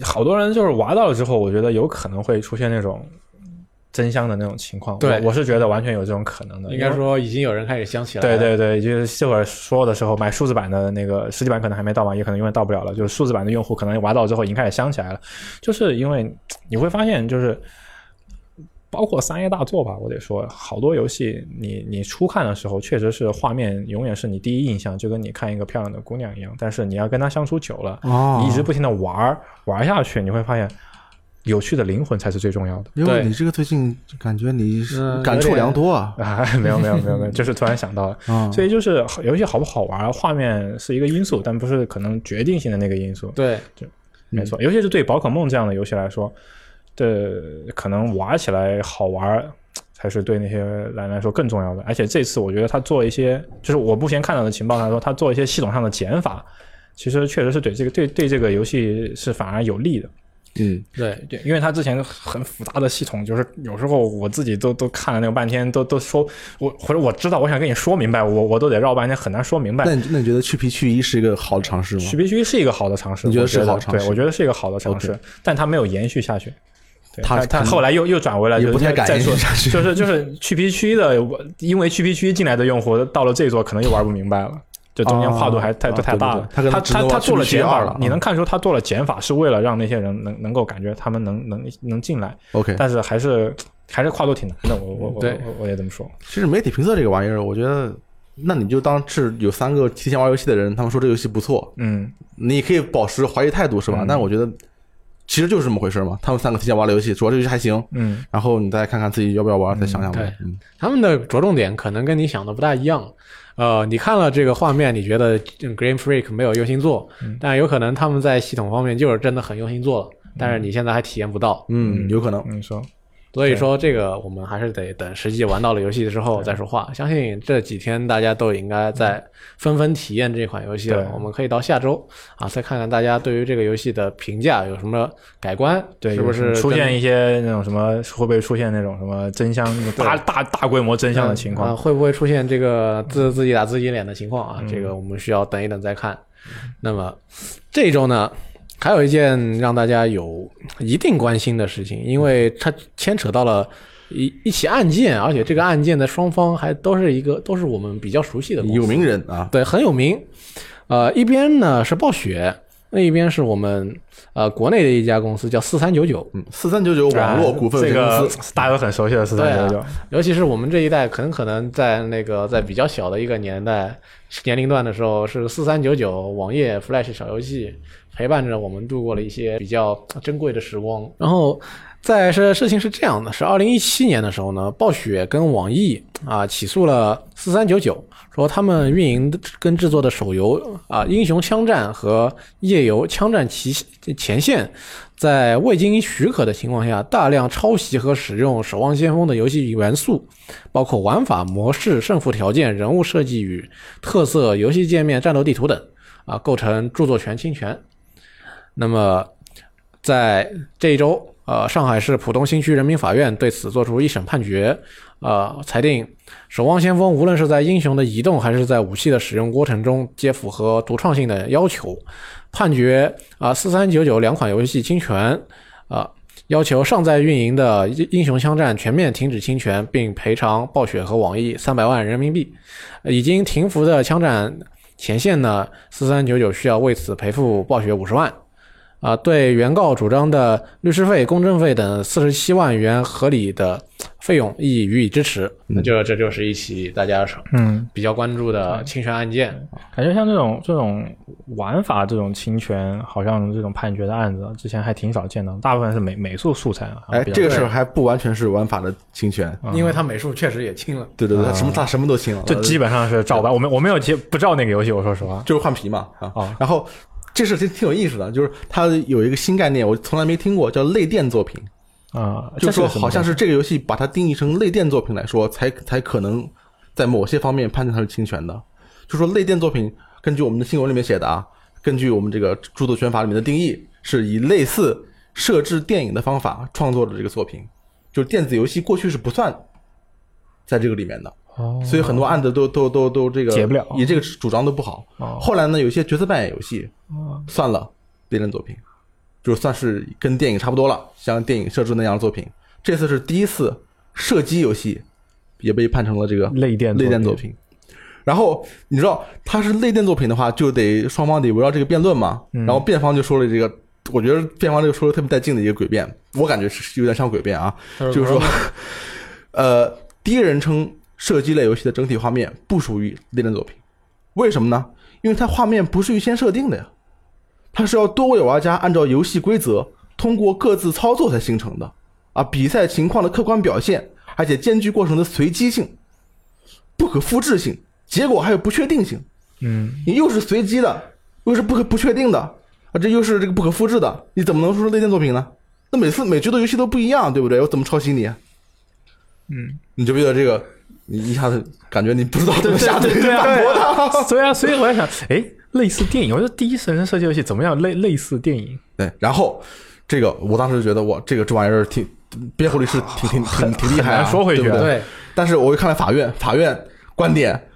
好多人就是玩到了之后，我觉得有可能会出现那种真香的那种情况。
对
我我是觉得完全有这种可能的。
应该
因为。
说已经有人开始想起来
对
了。
对对，就是这会儿说的时候，买数字版的那个实体版可能还没到嘛，也可能永远到不了了。就是数字版的用户可能玩到之后已经开始香起来了，就是因为你会发现，就是包括三 A 大作吧，我得说，好多游戏你你初看的时候，确实是画面永远是你第一印象，就跟你看一个漂亮的姑娘一样。但是你要跟她相处久了，
哦
你一直不停的玩儿玩下去，你会发现有趣的灵魂才是最重要的。
因为
对
你这个最近感觉你
呃
嗯
感触
有点
良多啊，
啊，没有没有没有没有，就是突然想到了，
啊，
所以就是好游戏好不好玩，画面是一个因素，但不是可能决定性的那个因素。
对
没错，尤其是对宝可梦这样的游戏来说，这可能玩起来好玩。才是对那些人来说更重要的。而且这次我觉得他做一些，就是我目前看到的情报来说，他做一些系统上的减法，其实确实是对这个对对这个游戏是反而有利的。
嗯，
对
对，因为它之前很复杂的系统，就是有时候我自己都都看了那个半天，都都说我或者我知道，我想跟你说明白，我我都得绕半天，很难说明白。
那你那你觉得去皮去一是一个好的尝试吗？
许必须是一个好的尝试，
你觉得
我
是
觉
好尝试
对，我觉得是一个好的尝试，但它没有延续下去。对
它
它它
可能
后来又又转回来，
也
就是
不太
再
敢
再说
延续 下去
就是就是去皮区的，我因为去皮区进来的用户到了这一座可能又玩不明白了。就中间跨度还太、
啊
都太大了
对对对，它可能
他
只能
他
玩
他做了
PPC
减法
二了啊
你能看出他做了减法是为了让那些人能能够感觉他们能能能进来，
OK，
但是还是还是跨度挺难的，我我我
对
我我也这么说。
其实媒体评测这个玩意儿，我觉得，那你就当是有三个提前玩游戏的人，他们说这游戏不错，
嗯，
你也可以保持怀疑态度，是吧？但我觉得其实就是这么回事嘛。他们三个提前玩了游戏，主要这游戏还行，
嗯，
然后你再看看自己要不要玩，再想想吧。
对
嗯
他们的着重点可能跟你想的不大一样。呃，你看了这个画面，你觉得嗯 Game Freak 没有用心做，
嗯
但有可能他们在系统方面就是真的很用心做了，但是你现在还体验不到。
嗯，有可能。
你说
所以说，这个我们还是得等实际玩到了游戏之后再说话。相信这几天大家都应该在纷纷体验这款游戏了
嗯对。
我们可以到下周啊，再看看大家对于这个游戏的评价有什么改观，
对，
是不是
有出
跟
现一些那种什么会不会出现那种什么真相大大大规模真相
嗯
的情
啊，
况？嗯
会不会出现这个自自己打自己脸的情况啊？这个我们需要等一等再看。那么这一周呢，还有一件让大家有一定关心的事情，因为它牵扯到了一一起案件，而且这个案件的双方还都是一个都是我们比较熟悉
嗯
的公司
有名人啊，
对，很有名。呃，一边呢是暴雪，另一边是我们呃国内的一家公司叫四三九九，
嗯，四三九九网络股份有
啊这
限
个
公司，
大家都很熟悉的四三九
对
啊
九，
尤其是我们这一代，很可能在那个在比较小的一个年代年龄段的时候，是四三九九网页 Flash 小游戏陪伴着我们度过了一些比较珍贵的时光。然后，在是事情是这样的，是二零一七年的时候呢，暴雪跟网易啊起诉了四三九九，说他们运营的跟制作的手游啊《英雄枪战》和《夜游枪战旗前线》在未经许可的情况下，大量抄袭和使用《守望先锋》的游戏元素，包括玩法、模式、胜负条件、人物设计与特色、游戏界面、战斗地图等，啊，构成著作权侵权。那么，在这一周，呃，上海市浦东新区人民法院对此作出一审判决，呃，裁定《守望先锋》无论是在英雄的移动还是在武器的使用过程中，皆符合独创性的要求，判决啊四三九九两款游戏侵权啊、要求尚在运营的英《英雄枪战》全面停止侵权，并赔偿暴雪和网易三百万人民币。呃已经停服的枪战前线呢，四三九九需要为此赔付暴雪五十万。啊、对原告主张的律师费、公证费等四十七万元合理的费用亦予以支持。那
嗯
就这就是一起大家
嗯，
比较关注的侵权案件。
感觉像这种这种玩法这种侵权，好像这种判决的案子之前还挺少见的，大部分是美美术素材啊。
哎，
比较啊
这个事儿还不完全是玩法的侵权，
因为他美术确实也轻了，
对对对，他什么他什么都啊侵了，
这啊基本上是照搬，我没我没有接不照那个游戏，我说实话。
就是换皮嘛啊。
哦
然后这事儿其实挺有意思的，就是它有一个新概念，我从来没听过，叫类电作品，
啊，
就
这
说
个什么
好像
东西
是这个游戏把它定义成类电作品来说，才才可能在某些方面判定它是侵权的。就说类电作品，根据我们的新闻里面写的啊，根据我们这个著作权法里面的定义，是以类似设置电影的方法创作的这个作品，就是电子游戏过去是不算在这个里面的。
哦
所以很多案子都都都都这个
解不了
以这个主张都不好。
哦
后来呢，有一些角色扮演游戏
哦
算了别人作品，就算是跟电影差不多了，像电影设置那样的作品。这次是第一次射击游戏也被判成了这个
类电
类电
作
作品。然后你知道它是类电作品的话，就得双方得围绕这个辩论嘛。
嗯
然后辩方就说了这个，我觉得辩方这个说的特别带劲的一个诡辩，我感觉是有点像诡辩啊，就是说， 呃，第一人称射击类游戏的整体画面不属于类电作品，为什么呢？因为它画面不是预先设定的呀，它是要多位玩家按照游戏规则通过各自操作才形成的啊，比赛情况的客观表现，而且兼具过程的随机性。不可复制性，结果还有不确定性。
嗯，
你又是随机的，又是不可不确定的啊，这又是这个不可复制的，你怎么能说是类电作品呢？那每次每局的游戏都不一样，对不对？我怎么抄袭你？啊
嗯，
你就觉得这个，你一下子感觉你不知道怎么下
对
去
对
反驳他。
啊，所以啊，所以我在想，哎，类似电影，我觉得第一人称射击游戏怎么样类类似电影，
对，然后这个我当时觉得，哇，这个这玩意儿挺辩护律师挺挺挺挺厉
哎
害、
很
啊，
难说回去
对不
的
对？但是我又看了法院，法院观点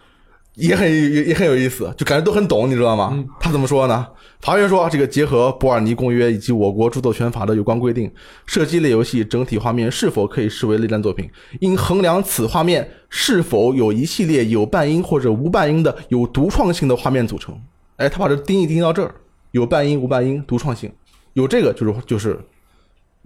也很也也很有意思，就感觉都很懂，你知道吗？他怎么说呢？法院说，这个结合《伯尔尼公约》以及我国著作权法的有关规定，射击类游戏整体画面是否可以视为类战作品，应衡量此画面是否有一系列有半音或者无半音的有独创性的画面组成。哎，他把这定义定义到这儿，有半音无半音，独创性，有这个就是就是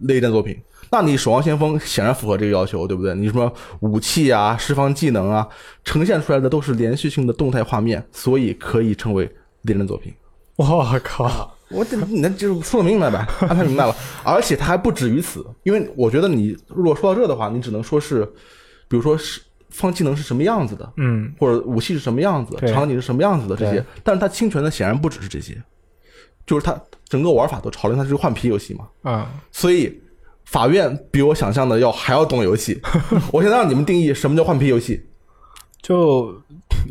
类战作品。那你《守望先锋》显然符合这个要求，对不对？你什么武器啊、释放技能啊，呈现出来的都是连续性的动态画面，所以可以称为类战作品。
我靠，
我这你那就是说的明白呗，安排明白了。而且它还不止于此，因为我觉得你如果说到这的话，你只能说是，比如说是放技能是什么样子的，
嗯，
或者武器是什么样子的，
对
场景是什么样子的这些
对。
但是它侵权的显然不只是这些，就是它整个玩法都朝着它是换皮游戏嘛，
啊，
所以法院比我想象的要还要懂游戏。我现在让你们定义什么叫换皮游戏，
就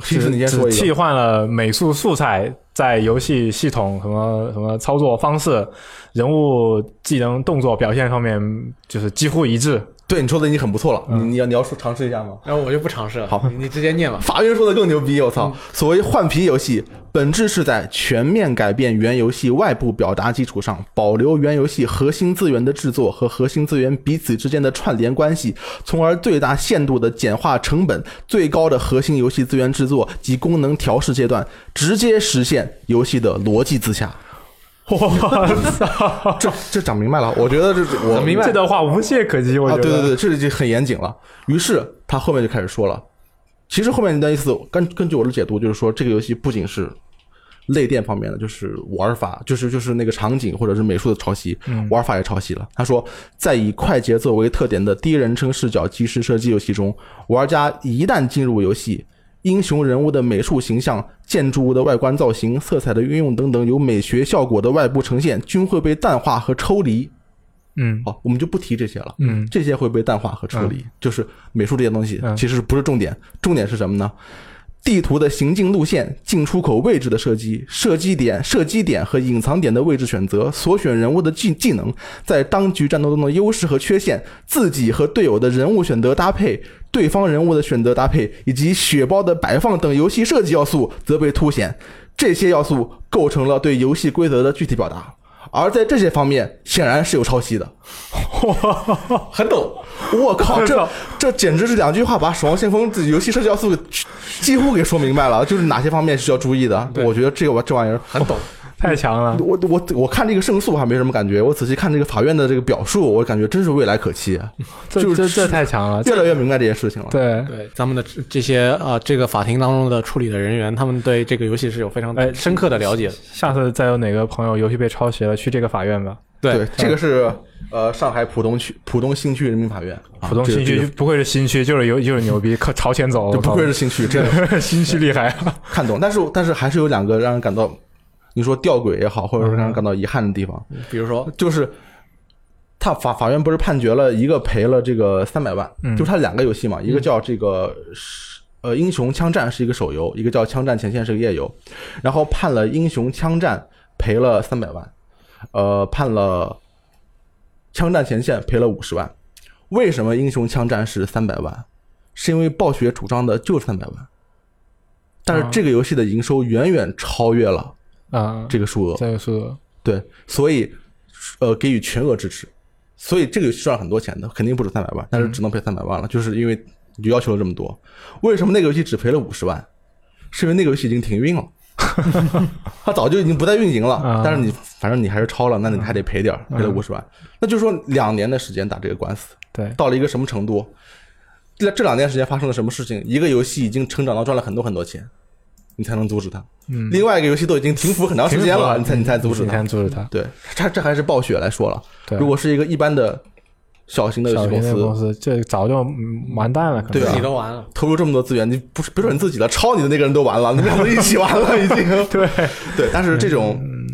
其实
只
你先
只
说一个
替换了美术素材，在游戏系统什么什么操作方式、人物技能、动作表现方面，就是几乎一致。
对你说的已经很不错了，你你要你要说尝试一下吗？
然后我就不尝试了，好，你直接念吧。
法院说的更牛逼，我操！所谓换皮游戏，本质是在全面改变原游戏外部表达基础上，保留原游戏核心资源的制作和核心资源彼此之间的串联关系，从而最大限度的简化成本最高的核心游戏资源制作及功能调试阶段，直接实现游戏的逻辑自洽。
我操，
这这讲明白了，我觉得这是我
明白
这段话无懈可击，我
啊，
觉得。
对对对，这就很严谨了。于是他后面就开始说了，其实后面的意思，根根据我的解读，就是说这个游戏不仅是类电方面的，就是玩法，就是就是那个场景或者是美术的抄袭，
嗯
玩法也抄袭了。他说，在以快节奏为特点的第一人称视角即时射击游戏中，玩家一旦进入游戏。英雄人物的美术形象、建筑物的外观造型、色彩的运用等等有美学效果的外部呈现，均会被淡化和抽离。
嗯
好，我们就不提这些了。
嗯
这些会被淡化和处理，就是美术这些东西
嗯
其实不是重点，重点是什么呢？地图的行进路线、进出口位置的射击、射击点、射击点和隐藏点的位置选择、所选人物的技技能，在当局战斗中的优势和缺陷、自己和队友的人物选择搭配、对方人物的选择搭配以及血包的摆放等游戏设计要素则被凸显。这些要素构成了对游戏规则的具体表达，而在这些方面显然是有抄袭的。很懂。我 靠，哦这这简直是两句话把《守望先锋》这游戏设计要素 给几乎给说明白了，就是哪些方面是需要注意的。
对
我觉得这个玩这玩意儿很懂。
太强了。
我我我看这个胜诉还没什么感觉，我仔细看这个法院的这个表述，我感觉真是未来可期啊，
这
就是
这这太强了，
越
这
来越明白这件事情了。
啊对。
对，咱们的这这些啊、这个法庭当中的处理的人员，他们对这个游戏是有非常
哎
深刻的了解的。
下次再有哪个朋友游戏被抄袭了，去这个法院吧。
对，
这个是呃上海浦东区浦东新区人民法院，啊
浦东
这个
新
这
区
个
不愧是新区，就是有就是牛逼，靠朝前走。
这不愧
我
是新区，这个
靠 新区厉害。
看懂。但是但是还是有两个让人感到，你说吊诡也好，或者说让人感到遗憾的地方。
比如说，
就是他法法院不是判决了一个赔了这个三百万，
嗯
就是他两个游戏嘛，一个叫这个是呃英雄枪战是一个手游，一个叫枪战前线是个页游，然后判了英雄枪战赔了三百万，呃判了枪战前线赔了五十万。为什么英雄枪战是三百万？是因为暴雪主张的就是三百万，但是
啊
这个游戏的营收远远超越了
啊，
这个数额，
这个是
对，所以呃给予全额支持，所以这个游戏赚了很多钱的，肯定不止三百万，但
嗯
是只能赔三百万了，就是因为你就要求了这么多。为什么那个游戏只赔了五十万？是因为那个游戏已经停 运了，它早就已经不再运营了
啊。
但是你反正你还是超了，那你还得赔点儿，赔了五十万，那就是说两年的时间打这个官司，
对
到了一个什么程度？这这两年时间发生了什么事情？一个游戏已经成长到赚了很多很多钱，你才能阻止它。
嗯
另外一个游戏都已经停服很长时间了，你才你才阻止
你
它。
才阻止他。
对，这这还是暴雪来说了。
对
如果是一个一般的小型的游
小
戏公
型的公
司，
司这早就嗯完蛋了，可能
对啊
自己都完了，
投入这么多资源，你不是别说你自己了，抄你的那个人都完了，你们俩都一起完了已 经。对对，但是这种
嗯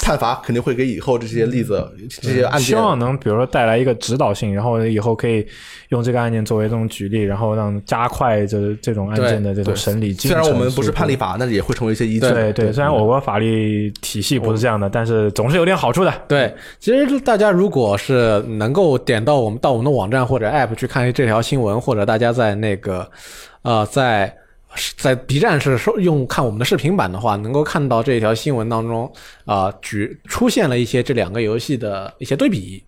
判罚肯定会给以后这些例子、这些案
希
件
望能比如说带来一个指导性，然后以后可以用这个案件作为这种举例，然后让加快这这种案件的这种审理
虽
进程。
然我们不是判例嗯法，但是也会成为一些依据。
对对，虽然我国法律体系不是这样的，但是总是有点好处的。
对，其实大家如果是能够点到我们到我们的网站或者 App 去看这条新闻，或者大家在那个，呃，在在 B 站是收用看我们的视频版的话，能够看到这条新闻当中啊、呃举出现了一些这两个游戏的一些对比。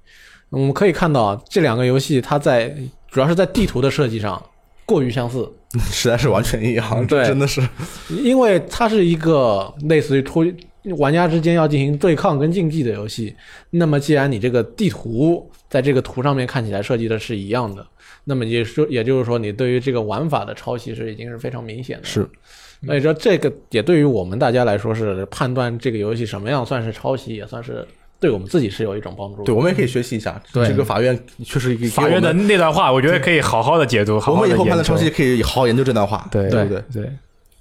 我们可以看到这两个游戏它在主要是在地图的设计上过于相似，
嗯
实在是完全一样，
对
这真的是
因为它是一个类似于推玩家之间要进行对抗跟竞技的游戏，那么既然你这个地图在这个图上面看起来设计的是一样的，那么也说也就是说，你对于这个玩法的抄袭是已经是非常明显的。
是，
所以说这个也对于我们大家来说是判断这个游戏什么样算是抄袭，也算是对我们自己是有一种帮助的。
对，我们也可以学习一下。
对
这个法院确实给
法院的，那段话，我觉得可以好好的解读，
给
好
我们我们
好的
以后判断
研究
抄袭，可以好好研究这段话。
对
对不
对
对
对，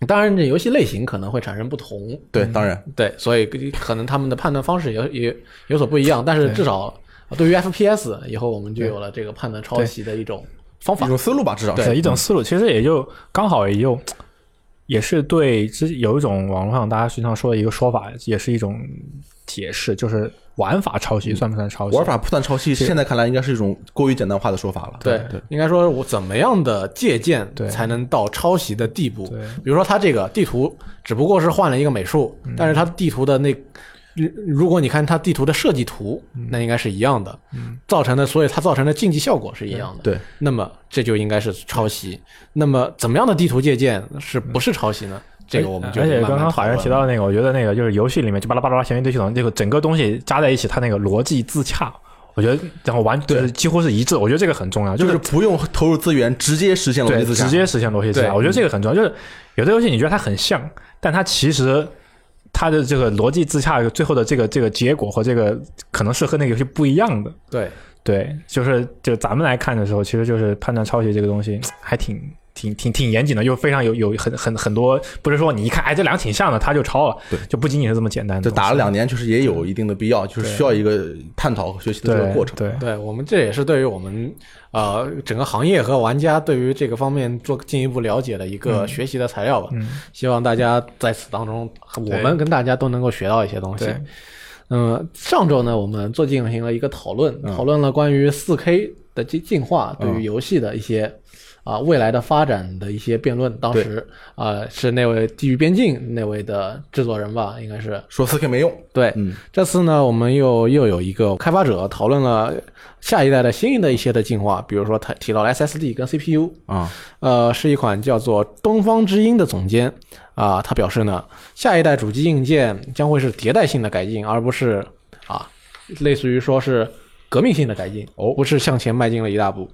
当然，这游戏类型可能会产生不同，
对，
嗯
当然
对，所以可能他们的判断方式也也有所不一样，但是至少对于 FPS 以后，我们就有了这个判断抄袭的一种方
一
法。
种思路吧，至少
对
是
嗯
一种思路，其实也就刚好也就也是对，之有一种网络上大家经常说的一个说法，也是一种解释，就是玩法抄
嗯
袭算不算抄袭？
玩法不算抄袭，现在看来应该是一种过于简单化的说法了。
对，应该说我怎么样的借鉴
对
才能到抄袭的地步？
对
比如说它这个地图只不过是换了一个美术，
嗯
但是它地图的那。如如果你看它地图的设计图，
嗯
那应该是一样的，造成的，所以它造成的竞技效果是一样的。
对，
那么这就应该是抄袭。那么怎么样的地图借鉴是不是抄袭呢？这个我们就
嗯而且
慢慢
刚刚法
讨
院
论
提到那个，我觉得那个就是游戏里面就巴拉巴拉巴拉前面一堆系统，这个整个东西加在一起，它那个逻辑自洽，我觉得然后完就是几乎是一致，我觉得这个很重要，
就
就是是
不用投入资源，直接实现逻
对
辑自洽
直。接实现逻辑自洽，
对
我觉得这
嗯
个很重要。就是有的游戏你觉得它很像，但它其实它的这个逻辑自洽最后的这个这个结果和这个可能是和那个游戏不一样的。
对，
对，就是就咱们来看的时候，其实就是判断抄袭这个东西还挺挺挺挺严谨的，又非常有有很很很多，不是说你一看哎这两个挺像的，他就抄了，
对，
就不仅仅是这么简单
这
的东西。
打了两年，确实也有一定的必要，就是需要一个探讨和学习的这个
对
过程。
对
对我们这也是对于我们呃整个行业和玩家对于这个方面做进一步了解的一个学习的材料吧。
嗯
希望大家在此当中，我们跟大家都能够学到一些东西
对。
嗯，上周呢，我们做进行了一个讨论，
嗯
讨论了关于4 K 的进进化对于游戏的一些。啊，未来的发展的一些辩论，当时啊、是那位《地狱边境》那位的制作人吧，应该是
说四 K 没用，
哎
嗯
对，这次呢，我们又又有一个开发者讨论了下一代的新的一些的进化，比如说他提到了 SSD 跟 CPU，
啊，
呃，是一款叫做东方之音的总监啊、他表示呢，下一代主机硬件将会是迭代性的改进，而不是啊，类似于说是革命性的改进，
哦
不是向前迈进了一大步。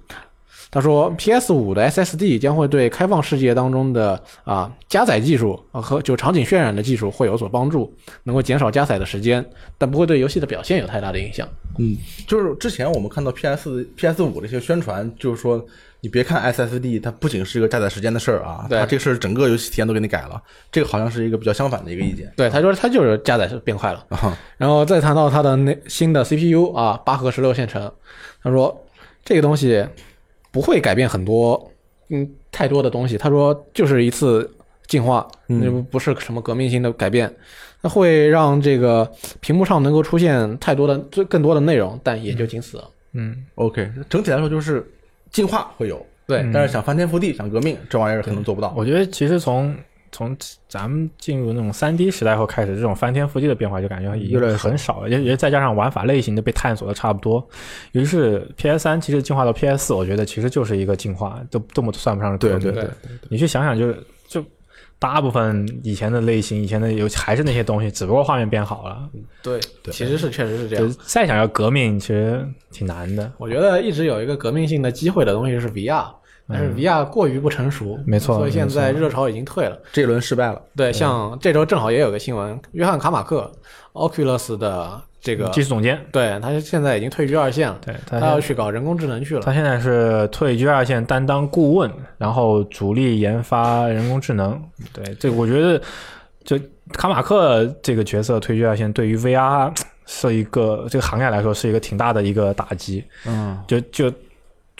他说，PS 5的 SSD 将会对开放世界当中的啊加载技术啊和就场景渲染的技术会有所帮助，能够减少加载的时间，但不会对游戏的表现有太大的影响。
嗯，就是之前我们看到 PS PS 五这些宣传，就是说你别看 SSD，它不仅是一个加载时间的事儿啊，
对
它这个事儿整个游戏体验都给你改了，这个好像是一个比较相反的一个意见
对，他说他就是加载是变快了。
嗯
啊。
然后再谈到它的那新的 CPU 啊，八核十六线程，他说这个东西不会改变很多，嗯，太多的东西。他说就是一次进化，
嗯
那不是什么革命性的改变，它会让这个屏幕上能够出现太多的最更多的内容，但也就仅此了。
嗯，
OK，整体来说就是进化会有，
对
但是想翻天覆地、想革命，这玩意儿可能做不到。
我觉得其实从从咱们进入那种三 D 时代后开始，这种翻天覆地的变化就感觉已
越来越
经很少了，也也再加上玩法类型的被探索的差不多，于是 PS 三其实进化到 PS 四，我觉得其实就是一个进化，都都不算不上是革
对
命
对
对
对，
你去想想就是，就大部分以前的类型，以前的游戏还是那些东西，只不过画面变好了。
对，其实是确实
啊
是这
就
样。
再想要革命，其实挺难的。
我觉得一直有一个革命性的机会的东西是 VR，但是 VR 过于不成熟，
嗯没错
所以现
没错
在热潮已经退了。
这一轮失败了，
嗯
对，像这周正好也有个新闻，约翰卡马克，Oculus 的这
啊
个，
技术总监，
对他现在已经退居二线了，
对
他
他
要
现
去搞人工智能去了。
他现在是退居二线，担当顾问，然后主力研发人工智能。对，这个我觉得，就卡马克这个角色退居二线，对于 VR 是一个这个行业来说是一个挺大的一个打击。
嗯，
就就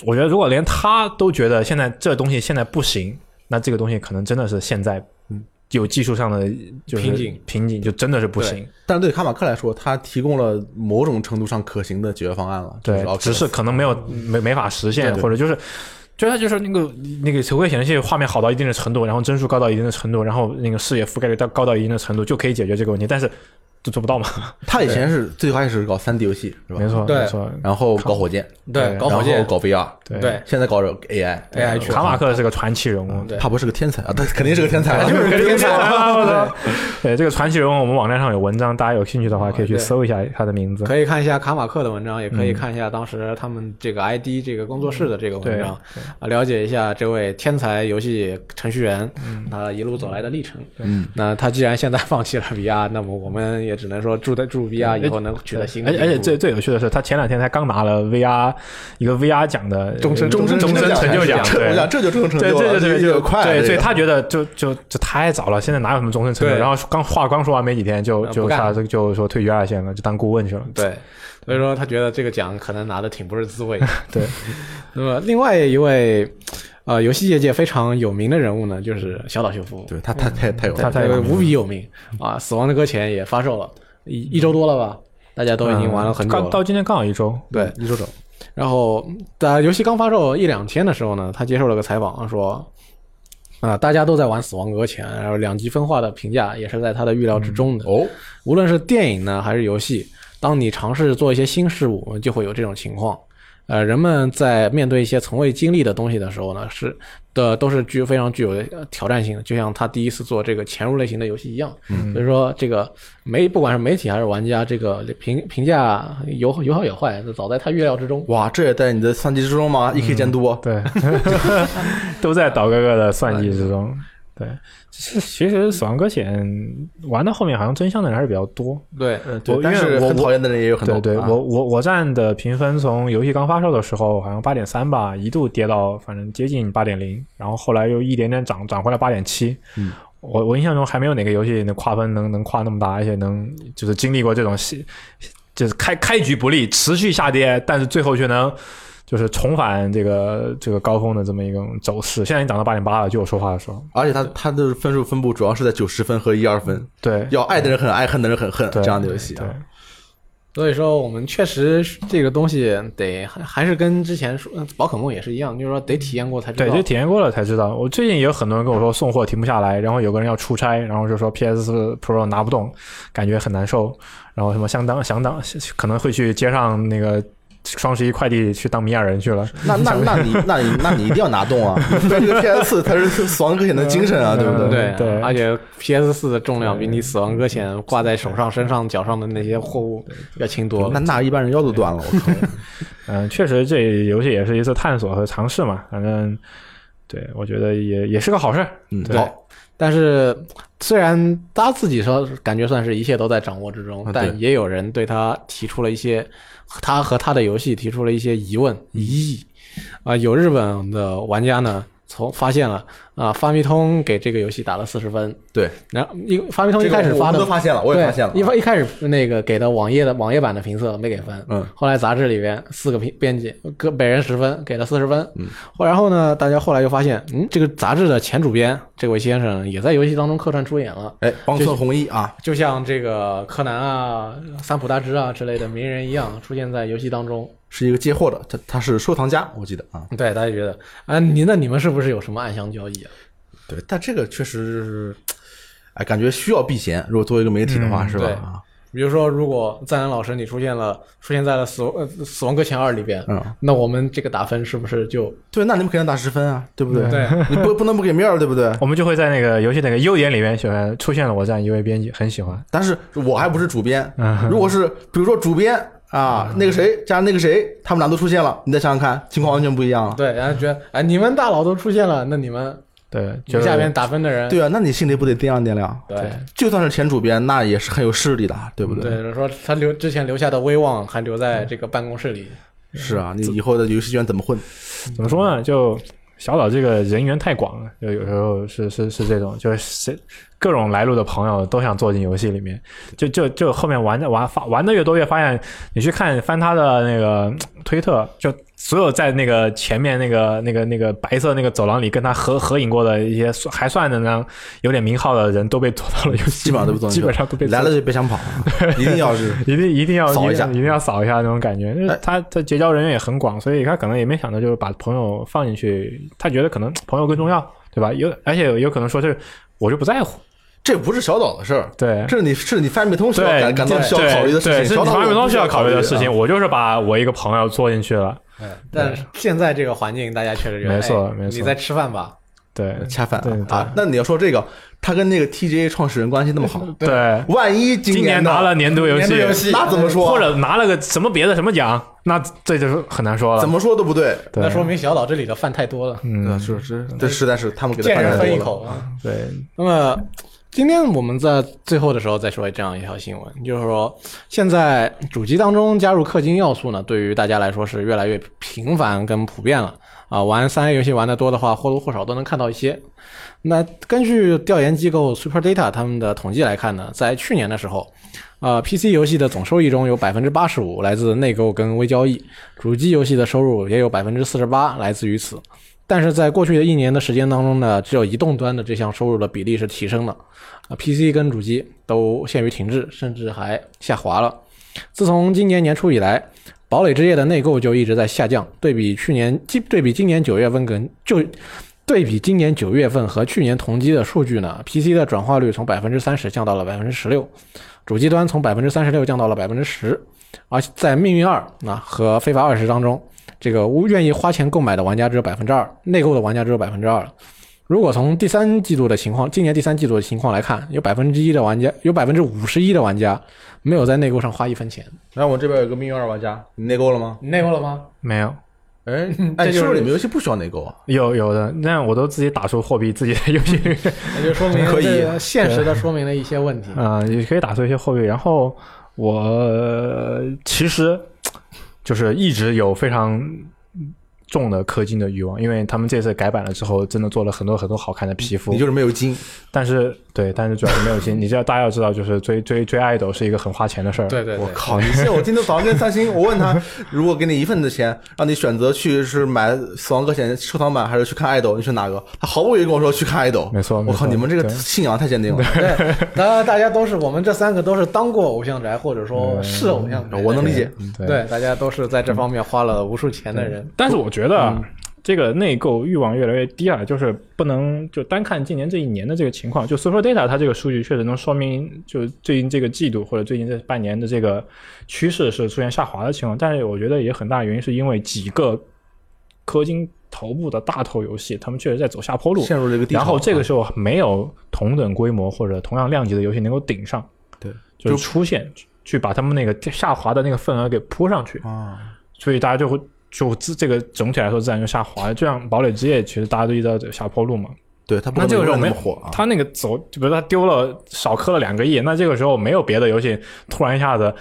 我觉得，如果连他都觉得现在这东西现在不行，那这个东西可能真的是现在有技术上的就
嗯
是
瓶颈，
瓶颈就真的是不行。
但对卡马克来说，他提供了某种程度上可行的解决方案了，
对，
就是哦
只是
Oculus
可能没有没没法实现
对，对
或者就是。就它就是那个那个手绘显示器画面好到一定的程度，然后帧数高到一定的程度，然后那个视野覆盖率到高到一定的程度，就可以解决这个问题。但是就做不到嘛。
他以前是最开始搞三 D 游戏是吧？
没错，
对
没错，
然后搞火箭，
对，搞火
然
箭，
后搞 VR，
对
对
现在搞着 AI。
AI 去
卡马克是个传奇人物，
对
他不是个天才啊，他肯定是个天才啊，
肯定是我操！ 对，这个传奇人物，我们网站上有文章，大家有兴趣的话可以去
对
搜一下他的名字。
可以看一下卡马克的文章，也可
嗯
以看一下当时他们这个 ID 这个工作室的这个文章，啊，了解一下这位天才游戏程序员
嗯
他一路走来的历程。嗯，那他既然现在放弃了 VR，那么我们也只能说祝他祝 VR 以后能取得新的
哎而
进
且
步。
而且最最有趣的是，他前两天才刚拿了 VR 一个 VR 奖的
终身
终
终
身成就奖，
我
对
想。这就终身 成
对，
就
这
了，
就
这
是
就有快，
对，
这
所以
个
他觉得就就就太早了，现在哪有什么终身成就？
对
然后刚话刚说完没几天，就
呃
就
不干
他就就说退娱二线了，就当顾问去了。
对，所以说他觉得这个奖可能拿的挺不是滋味 的。
对，
那么另外一位呃游戏业界非常有名的人物呢，就是小岛秀夫。
对他他太太有
他
了，
太
对
有名
无比有名啊！《死亡的搁浅》也发售了，一一周多了吧？大家都已经玩了很久
嗯刚
了。
到今天刚好一 周，
对，
你说说，
然后在游戏刚发售一两天的时候呢，他接受了个采访，说啊、大家都在玩《死亡搁浅》，然后两极分化的评价也是在他的预料之中的。
哦，
无论是电影呢还是游戏，当你尝试做一些新事物，就会有这种情况。呃，人们在面对一些从未经历的东西的时候呢，是的，都是具非常具有呃挑战性的，就像他第一次做这个潜入类型的游戏一样。嗯，所以说这个媒不管是媒体还是玩家，这个评评价有有好有坏，早在他预料之中。
哇，这也在你的算计之中吗？E K 监督，
对， 都在岛哥哥的算计之
哎
中。对，其实其实《死亡搁浅》玩到后面，好像真相的人还是比较多。
对，
嗯，
我
对，但
因
是
为我
很讨厌的人也有很多
对，对，
啊
我我我站的评分从游戏刚发售的时候好像八点三吧，一度跌到反正接近八点零，然后后来又一点点涨涨回来八点七。
嗯，
我我印象中还没有哪个游戏能跨分能能跨那么大，而且能就是经历过这种戏，就是开开局不利，持续下跌，但是最后却能。就是重返这个这个高峰的这么一种走势，现在已经涨到八点八了，就我说话的时候，
而且他他的分数分布主要是在九十分和一二分，
对，
要爱的人很爱，恨的人很恨
对
这样的游戏
对
啊，，
所以说我们确实这个东西得还还是跟之前说呃宝可梦也是一样，就是说得体验过才知道。
对，就体验过了才知道。我最近也有很多人跟我说送货停不下来，然后有个人要出差，然后就说 PS Pro 拿不动，感觉很难受。然后什么相当相当可能会去街上那个双十一快递去当米亚人去了，
那那那你那你那你一定要拿动啊！这个 PS 四才是《死亡搁浅》的精神啊，对不
嗯
对？
对
对
而且 PS 四的重量比你《死亡搁浅》挂在手上、身上、脚上的那些货物要轻多
那
了。
那一般人腰都断了， 我靠！
嗯，确实这游戏也是一次探索和尝试嘛，反正。对，我觉得也也是个好事儿。
嗯，
对
好，
但是虽然他自己说感觉算是一切都在掌握之中
啊，对
但也有人对他提出了一些，他和他的游戏提出了一些疑问、疑义。啊、有日本的玩家呢，从发现了啊、发米通给这个游戏打了四十分，
对，
然后一发米通一
这个
开始
我
发
我
的
都发现了，我也
对，
发现了，啊
一发一开始那个给的网页的网页版的评测没给分，
嗯，
后来杂志里边四个评编辑各每人十分，给了四十分，嗯，然后呢，大家后来就发现，嗯，这个杂志的前主编这位先生也在游戏当中客串出演了。
哎，帮村弘一啊，
就像这个柯南啊、三浦大知啊之类的名人一样，出现在游戏当中。
是一个接货的，他他是收藏家，我记得啊。
对，大家觉得啊，你那你们是不是有什么暗箱交易啊？
对，但这个确实是，哎，感觉需要避嫌。如果作为一个媒体的话，是吧？
嗯对
啊
比如说，如果赞恩老师你出现了，出现在了死亡呃《死亡搁浅二》里边，
嗯，
那我们这个打分是不是就
对，那你们肯定打十分啊，对不对？
对？
你不不能不给面儿，对不对？
我们就会在那个游戏那个优点里面选出现了我这样一位编辑，很喜欢。嗯
但是我还不是主编，如果是比如说主编啊，那个谁加上那个谁，他们俩都出现了，你再想想看，情况完全不一样了。
对，然后觉得哎，你们大佬都出现了，那你们
对，
你
就
们下面打分的人，
对啊，那你心里不得掂量掂量？
对
就算是前主编，那也是很有势力的，对不对？
对，说他留之前留下的威望还留在这个办公室里，
是啊，你以后的游戏圈怎么混？
怎么说呢？就小岛这个人缘太广了，就有时候是是是这种，就是谁各种来路的朋友都想坐进游戏里面，就就就后面玩的玩发玩的越多，越发现你去看翻他的那个嗯推特，就所有在那个前面那个那个那个白色那个走廊里跟他合合影过的一些还算的呢有点名号的人都被 拖到了游戏
基
里
本上
面，
都不做，
基本上都被
来了就别想跑， 一定要是
一定一定要
扫一下
定一定要扫一下那种感觉。就是
哎
他他结交人员也很广，所以他可能也没想到就是把朋友放进去，他觉得可能朋友更重要，对吧？有而且有有可能说是我就不在乎，
这不是小岛的事儿，
对
这是你是你发米通需要
对，
感感到需要
对
考虑的
对
事
是
情，小
你
岛
发
我
明
不
东
需
需要考虑的事情。
啊。
我就是把我一个朋友做进去了，
嗯但现在这个环境，大家确实觉得
没错
哎
没错
你在吃饭吧？
对
恰饭
对
啊，那你要说这个，他跟那个 TGA 创始人关系那么 好，
对，
万一今
今年
呢
拿了年度游
年度游戏
那怎么说？啊
或者拿了个什么别的什么奖，那这就是很难说了。
怎么说都不对，
对
那说明小岛这里的饭太多了，
嗯，
嗯
是是，这实在是他们给他
见人
办太
分一
多了。
口啊。
对
那么今天我们在最后的时候再说这样一条新闻，就是说现在主机当中加入氪金要素呢，对于大家来说是越来越频繁跟普遍了。啊，玩三 A 游戏玩的多的话，或多或少都能看到一些。那根据调研机构 SuperData 他们的统计来看呢，在去年的时候，呃，PC 游戏的总收益中有百分之八十五来自内购跟微交易，主机游戏的收入也有百分之四十八来自于此。但是在过去的一年的时间当中呢，只有移动端的这项收入的比例是提升的，啊，PC 跟主机都陷于停滞，甚至还下滑了。自从今年年初以来，堡垒之夜的内购就一直在下降。对比去年，即对比今年九月份跟就对比今年九月份和去年同期的数据呢，PC 的转化率从百分之三十降到了百分之十六，主机端从百分之三十六降到了百分之十。而在《命运二》啊和《非法二十》当中，这个无愿意花钱购买的玩家只有百分之二，内购的玩家只有百分之二。如果从第三季度的情况，今年第三季度的情况来看，有百分之一的玩家，有百分之五十一的玩家没有在内购上花一分钱。
然后我这边有个命运二玩家，你内购了吗？
你内购了吗？
没有
哎，哎，
这就是
是不是你们游戏不需要内购啊？
有有的，那我都自己打出货币，自己的游戏
那就说明
可以啊
这个现实的说明了一些问题。
啊、也可以打出一些货币。然后我呃其实就是一直有非常重的氪金的欲望，因为他们这次改版了之后，真的做了很多很多好看的皮肤。
你就是没有金，
但是对，但是主要是没 有钱。你知道，大家要知道，就是追追追爱豆是一个很花钱的事儿。
对对对
我，靠！你现在我今天早上跟三星，我 问他，如果给你一份的钱，让你选择去是买《死亡搁浅》收藏版还是去看爱豆，你选哪个？他毫不犹豫跟我说去看爱 豆。
没错
我
没
靠！
错
你们这个
对
信仰太坚定了。
对，当然大家都是我们这三个都是当过偶像宅，或者说是偶像
嗯
宅，
我能理解。
对嗯
对，大家都是在这方面花了无数钱的人。
但是我觉得啊这个内购欲望越来越低啊，就是不能就单看今年这一年的这个情况。就 Social Data 它这个数据确实能说明，就最近这个季度或者最近这半年的这个趋势是出现下滑的情况。但是我觉得也很大原因是因为几个氪金头部的大头游戏，他们确实在走下坡路，
陷入了一个低潮
然后这个时候没有同等规模或者同样量级的游戏能够顶上，
对，
就是出现去把他们那个下滑的那个份额给扑上去。
啊，
所以大家就会就自这个总体来说自然就下滑。就像堡垒之夜，其实大家都一直在走下坡路嘛。
对他不
那
能
这个时候
那
没
么火啊。
他那个走，就比如他丢了少氪了两个亿，那这个时候没有别的游戏突然一下子。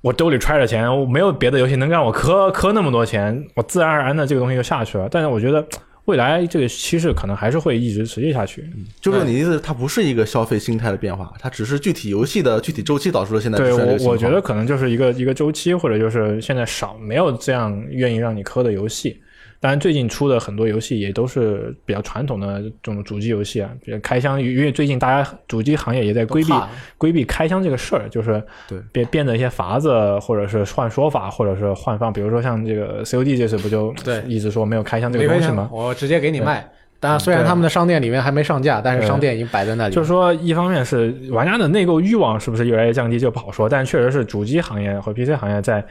我兜里揣着钱，我没有别的游戏能让我氪氪那么多钱，我自然而然的这个东西就下去了。但是我觉得未来这个趋势可能还是会一直持续下去。
就是你的意思是，它不是一个消费心态的变化，它只是具体游戏的具体周期导致了现在
对
出现这个
我，
情
我
况
觉得可能就是一个一个周期，或者就是现在少没有这样愿意让你氪的游戏。当然，最近出的很多游戏也都是比较传统的这种主机游戏啊，比如开箱，因为最近大家主机行业也在规避
都怕
规避开箱这个事儿，就是
对
变变的一些法子，或者是换说法，或者是换放，比如说像这个 COD 这次不就
对
一直说没有开箱这
没
个东
关
西
系
吗？
我直接给你卖。当然，虽然
对
他们的商店里面还没上架，但是
对
商店已经摆在那里。
就是说，一方面是玩家的内购欲望是不是越来越降低，这个不好说，但确实是主机行业和 PC 行业在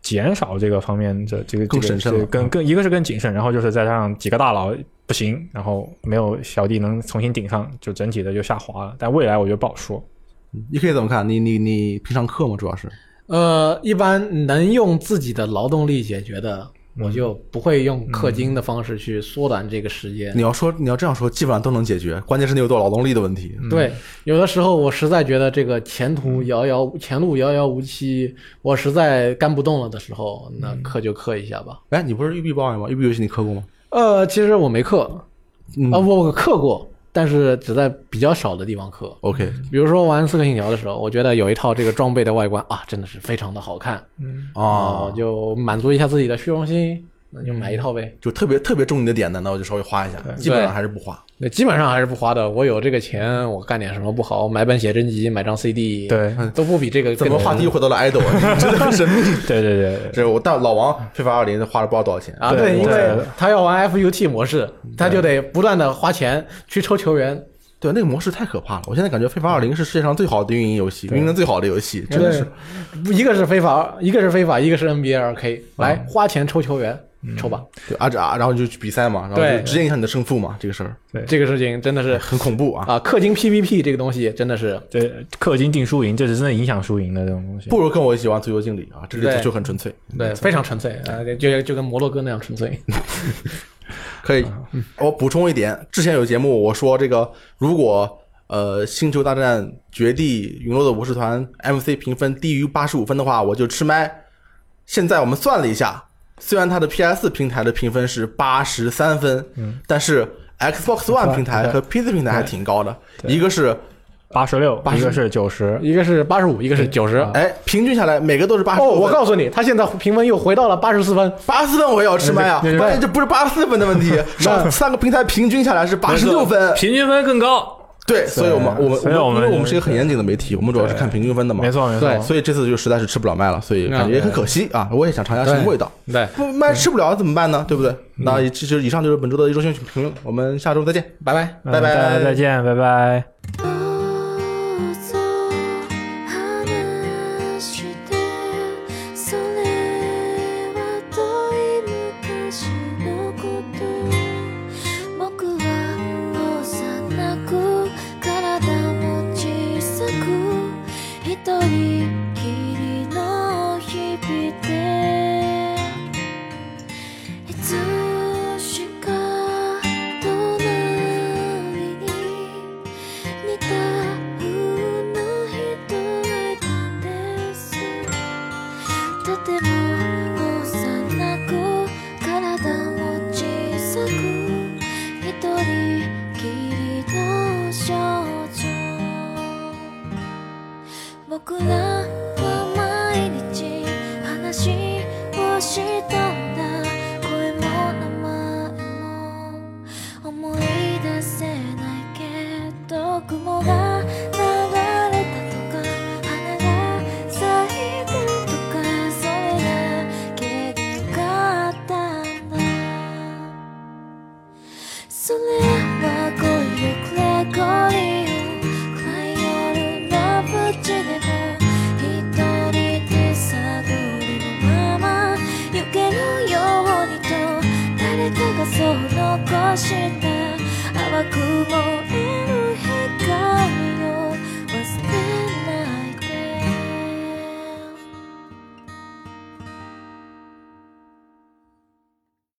减少这个方面的这个
更
这个
审慎了
这个更更一个是更谨慎，然后就是再加上几个大佬不行，然后没有小弟能重新顶上，就整体的就下滑了。但未来我觉得不好 说，
你可以怎么看？你你你平常氪吗？主要是
呃，一般能用自己的劳动力解决的，我就不会用氪金的方式去缩短这个时间。
你要说你要这样说，基本上都能解决，关键是你有多少劳动力的问题。
对，有的时候我实在觉得这个前途遥遥，前路遥遥无期，我实在干不动了的时候，那氪就氪一下吧。
哎，你不是育碧 boy 吗？育碧游戏你氪过吗？
呃，其实我没氪，啊、
嗯
我我氪过，但是只在比较少的地方氪。
，OK，
比如说玩《刺客信条》的时候，我觉得有一套这个装备的外观啊，真的是非常的好看啊，我
啊，
就满足一下自己的虚荣心，那就买一套呗。
就特别特别中你的点的，那我就稍微花一下，基本上还是不花。
那基本上还是不花的。我有这个钱，我干点什么不好？买本写真集，买张 CD，
对
都不比这个
怎么
更
话题又回到了 idol，啊 真的很神秘。
对对对对
这我但老王非法二零花了不知道多少钱
啊？
对
对，因
对
为他要玩 FUT 模式，他就得不断的花钱去抽球员。
对，那个模式太可怕了。我现在感觉《非法二零》是世界上最好的运营游戏，运营的最好的游戏，真的是。
对，一个是非法，一个是非法，一个是 NBA 二 K，来花钱抽球员，抽吧。
对，啊这啊，然后你就去比赛嘛，然后
对
就直接影响你的胜负嘛，这个事儿
对
这个事情真的是
很恐怖啊。
啊，氪金 PVP 这个东西真的是
对，氪金定输赢，这是真的影响输赢的这种东西。
不如跟我一起玩足球经理啊，这个
对
足球很纯粹，
对非常纯粹啊，就就跟摩洛哥那样纯粹。
可以。
嗯
我补充一点，之前有节目我说这个，如果呃《星球大战绝地陨落的武士团》MC 评分低于八十五分的话，我就吃麦。现在我们算了一下，虽然它的 PS 平台的评分是八十三分，
嗯
但是 Xbox One 平台和 PC 平台还挺高的，一个是
八十六，一个是九十，
一个是八十五，一个是九十。哦，
哎，平均下来每个都是八十。
我告诉你，他现在评分又回到了八十四分。
八十四分我也要吃麦啊！
那就
关键这不是八十四分的问 题，
啊
上三个平台平均下来是八十六分，
平均分更高。
对，所以我们我们
所以我
因
们
为我们是一个很严谨的媒体，我们主要是看平均分的嘛，哎
没。错没
对
错。
所以这次就实在是吃不了麦了，所以感觉也很可惜啊！我也想尝一下什么味道，
对，
不麦吃不了怎么办呢？对不对？
嗯
那这就是以上就是本周的一周新闻评论，我们下周再见，
拜拜。
嗯
拜拜
大家再见，拜拜。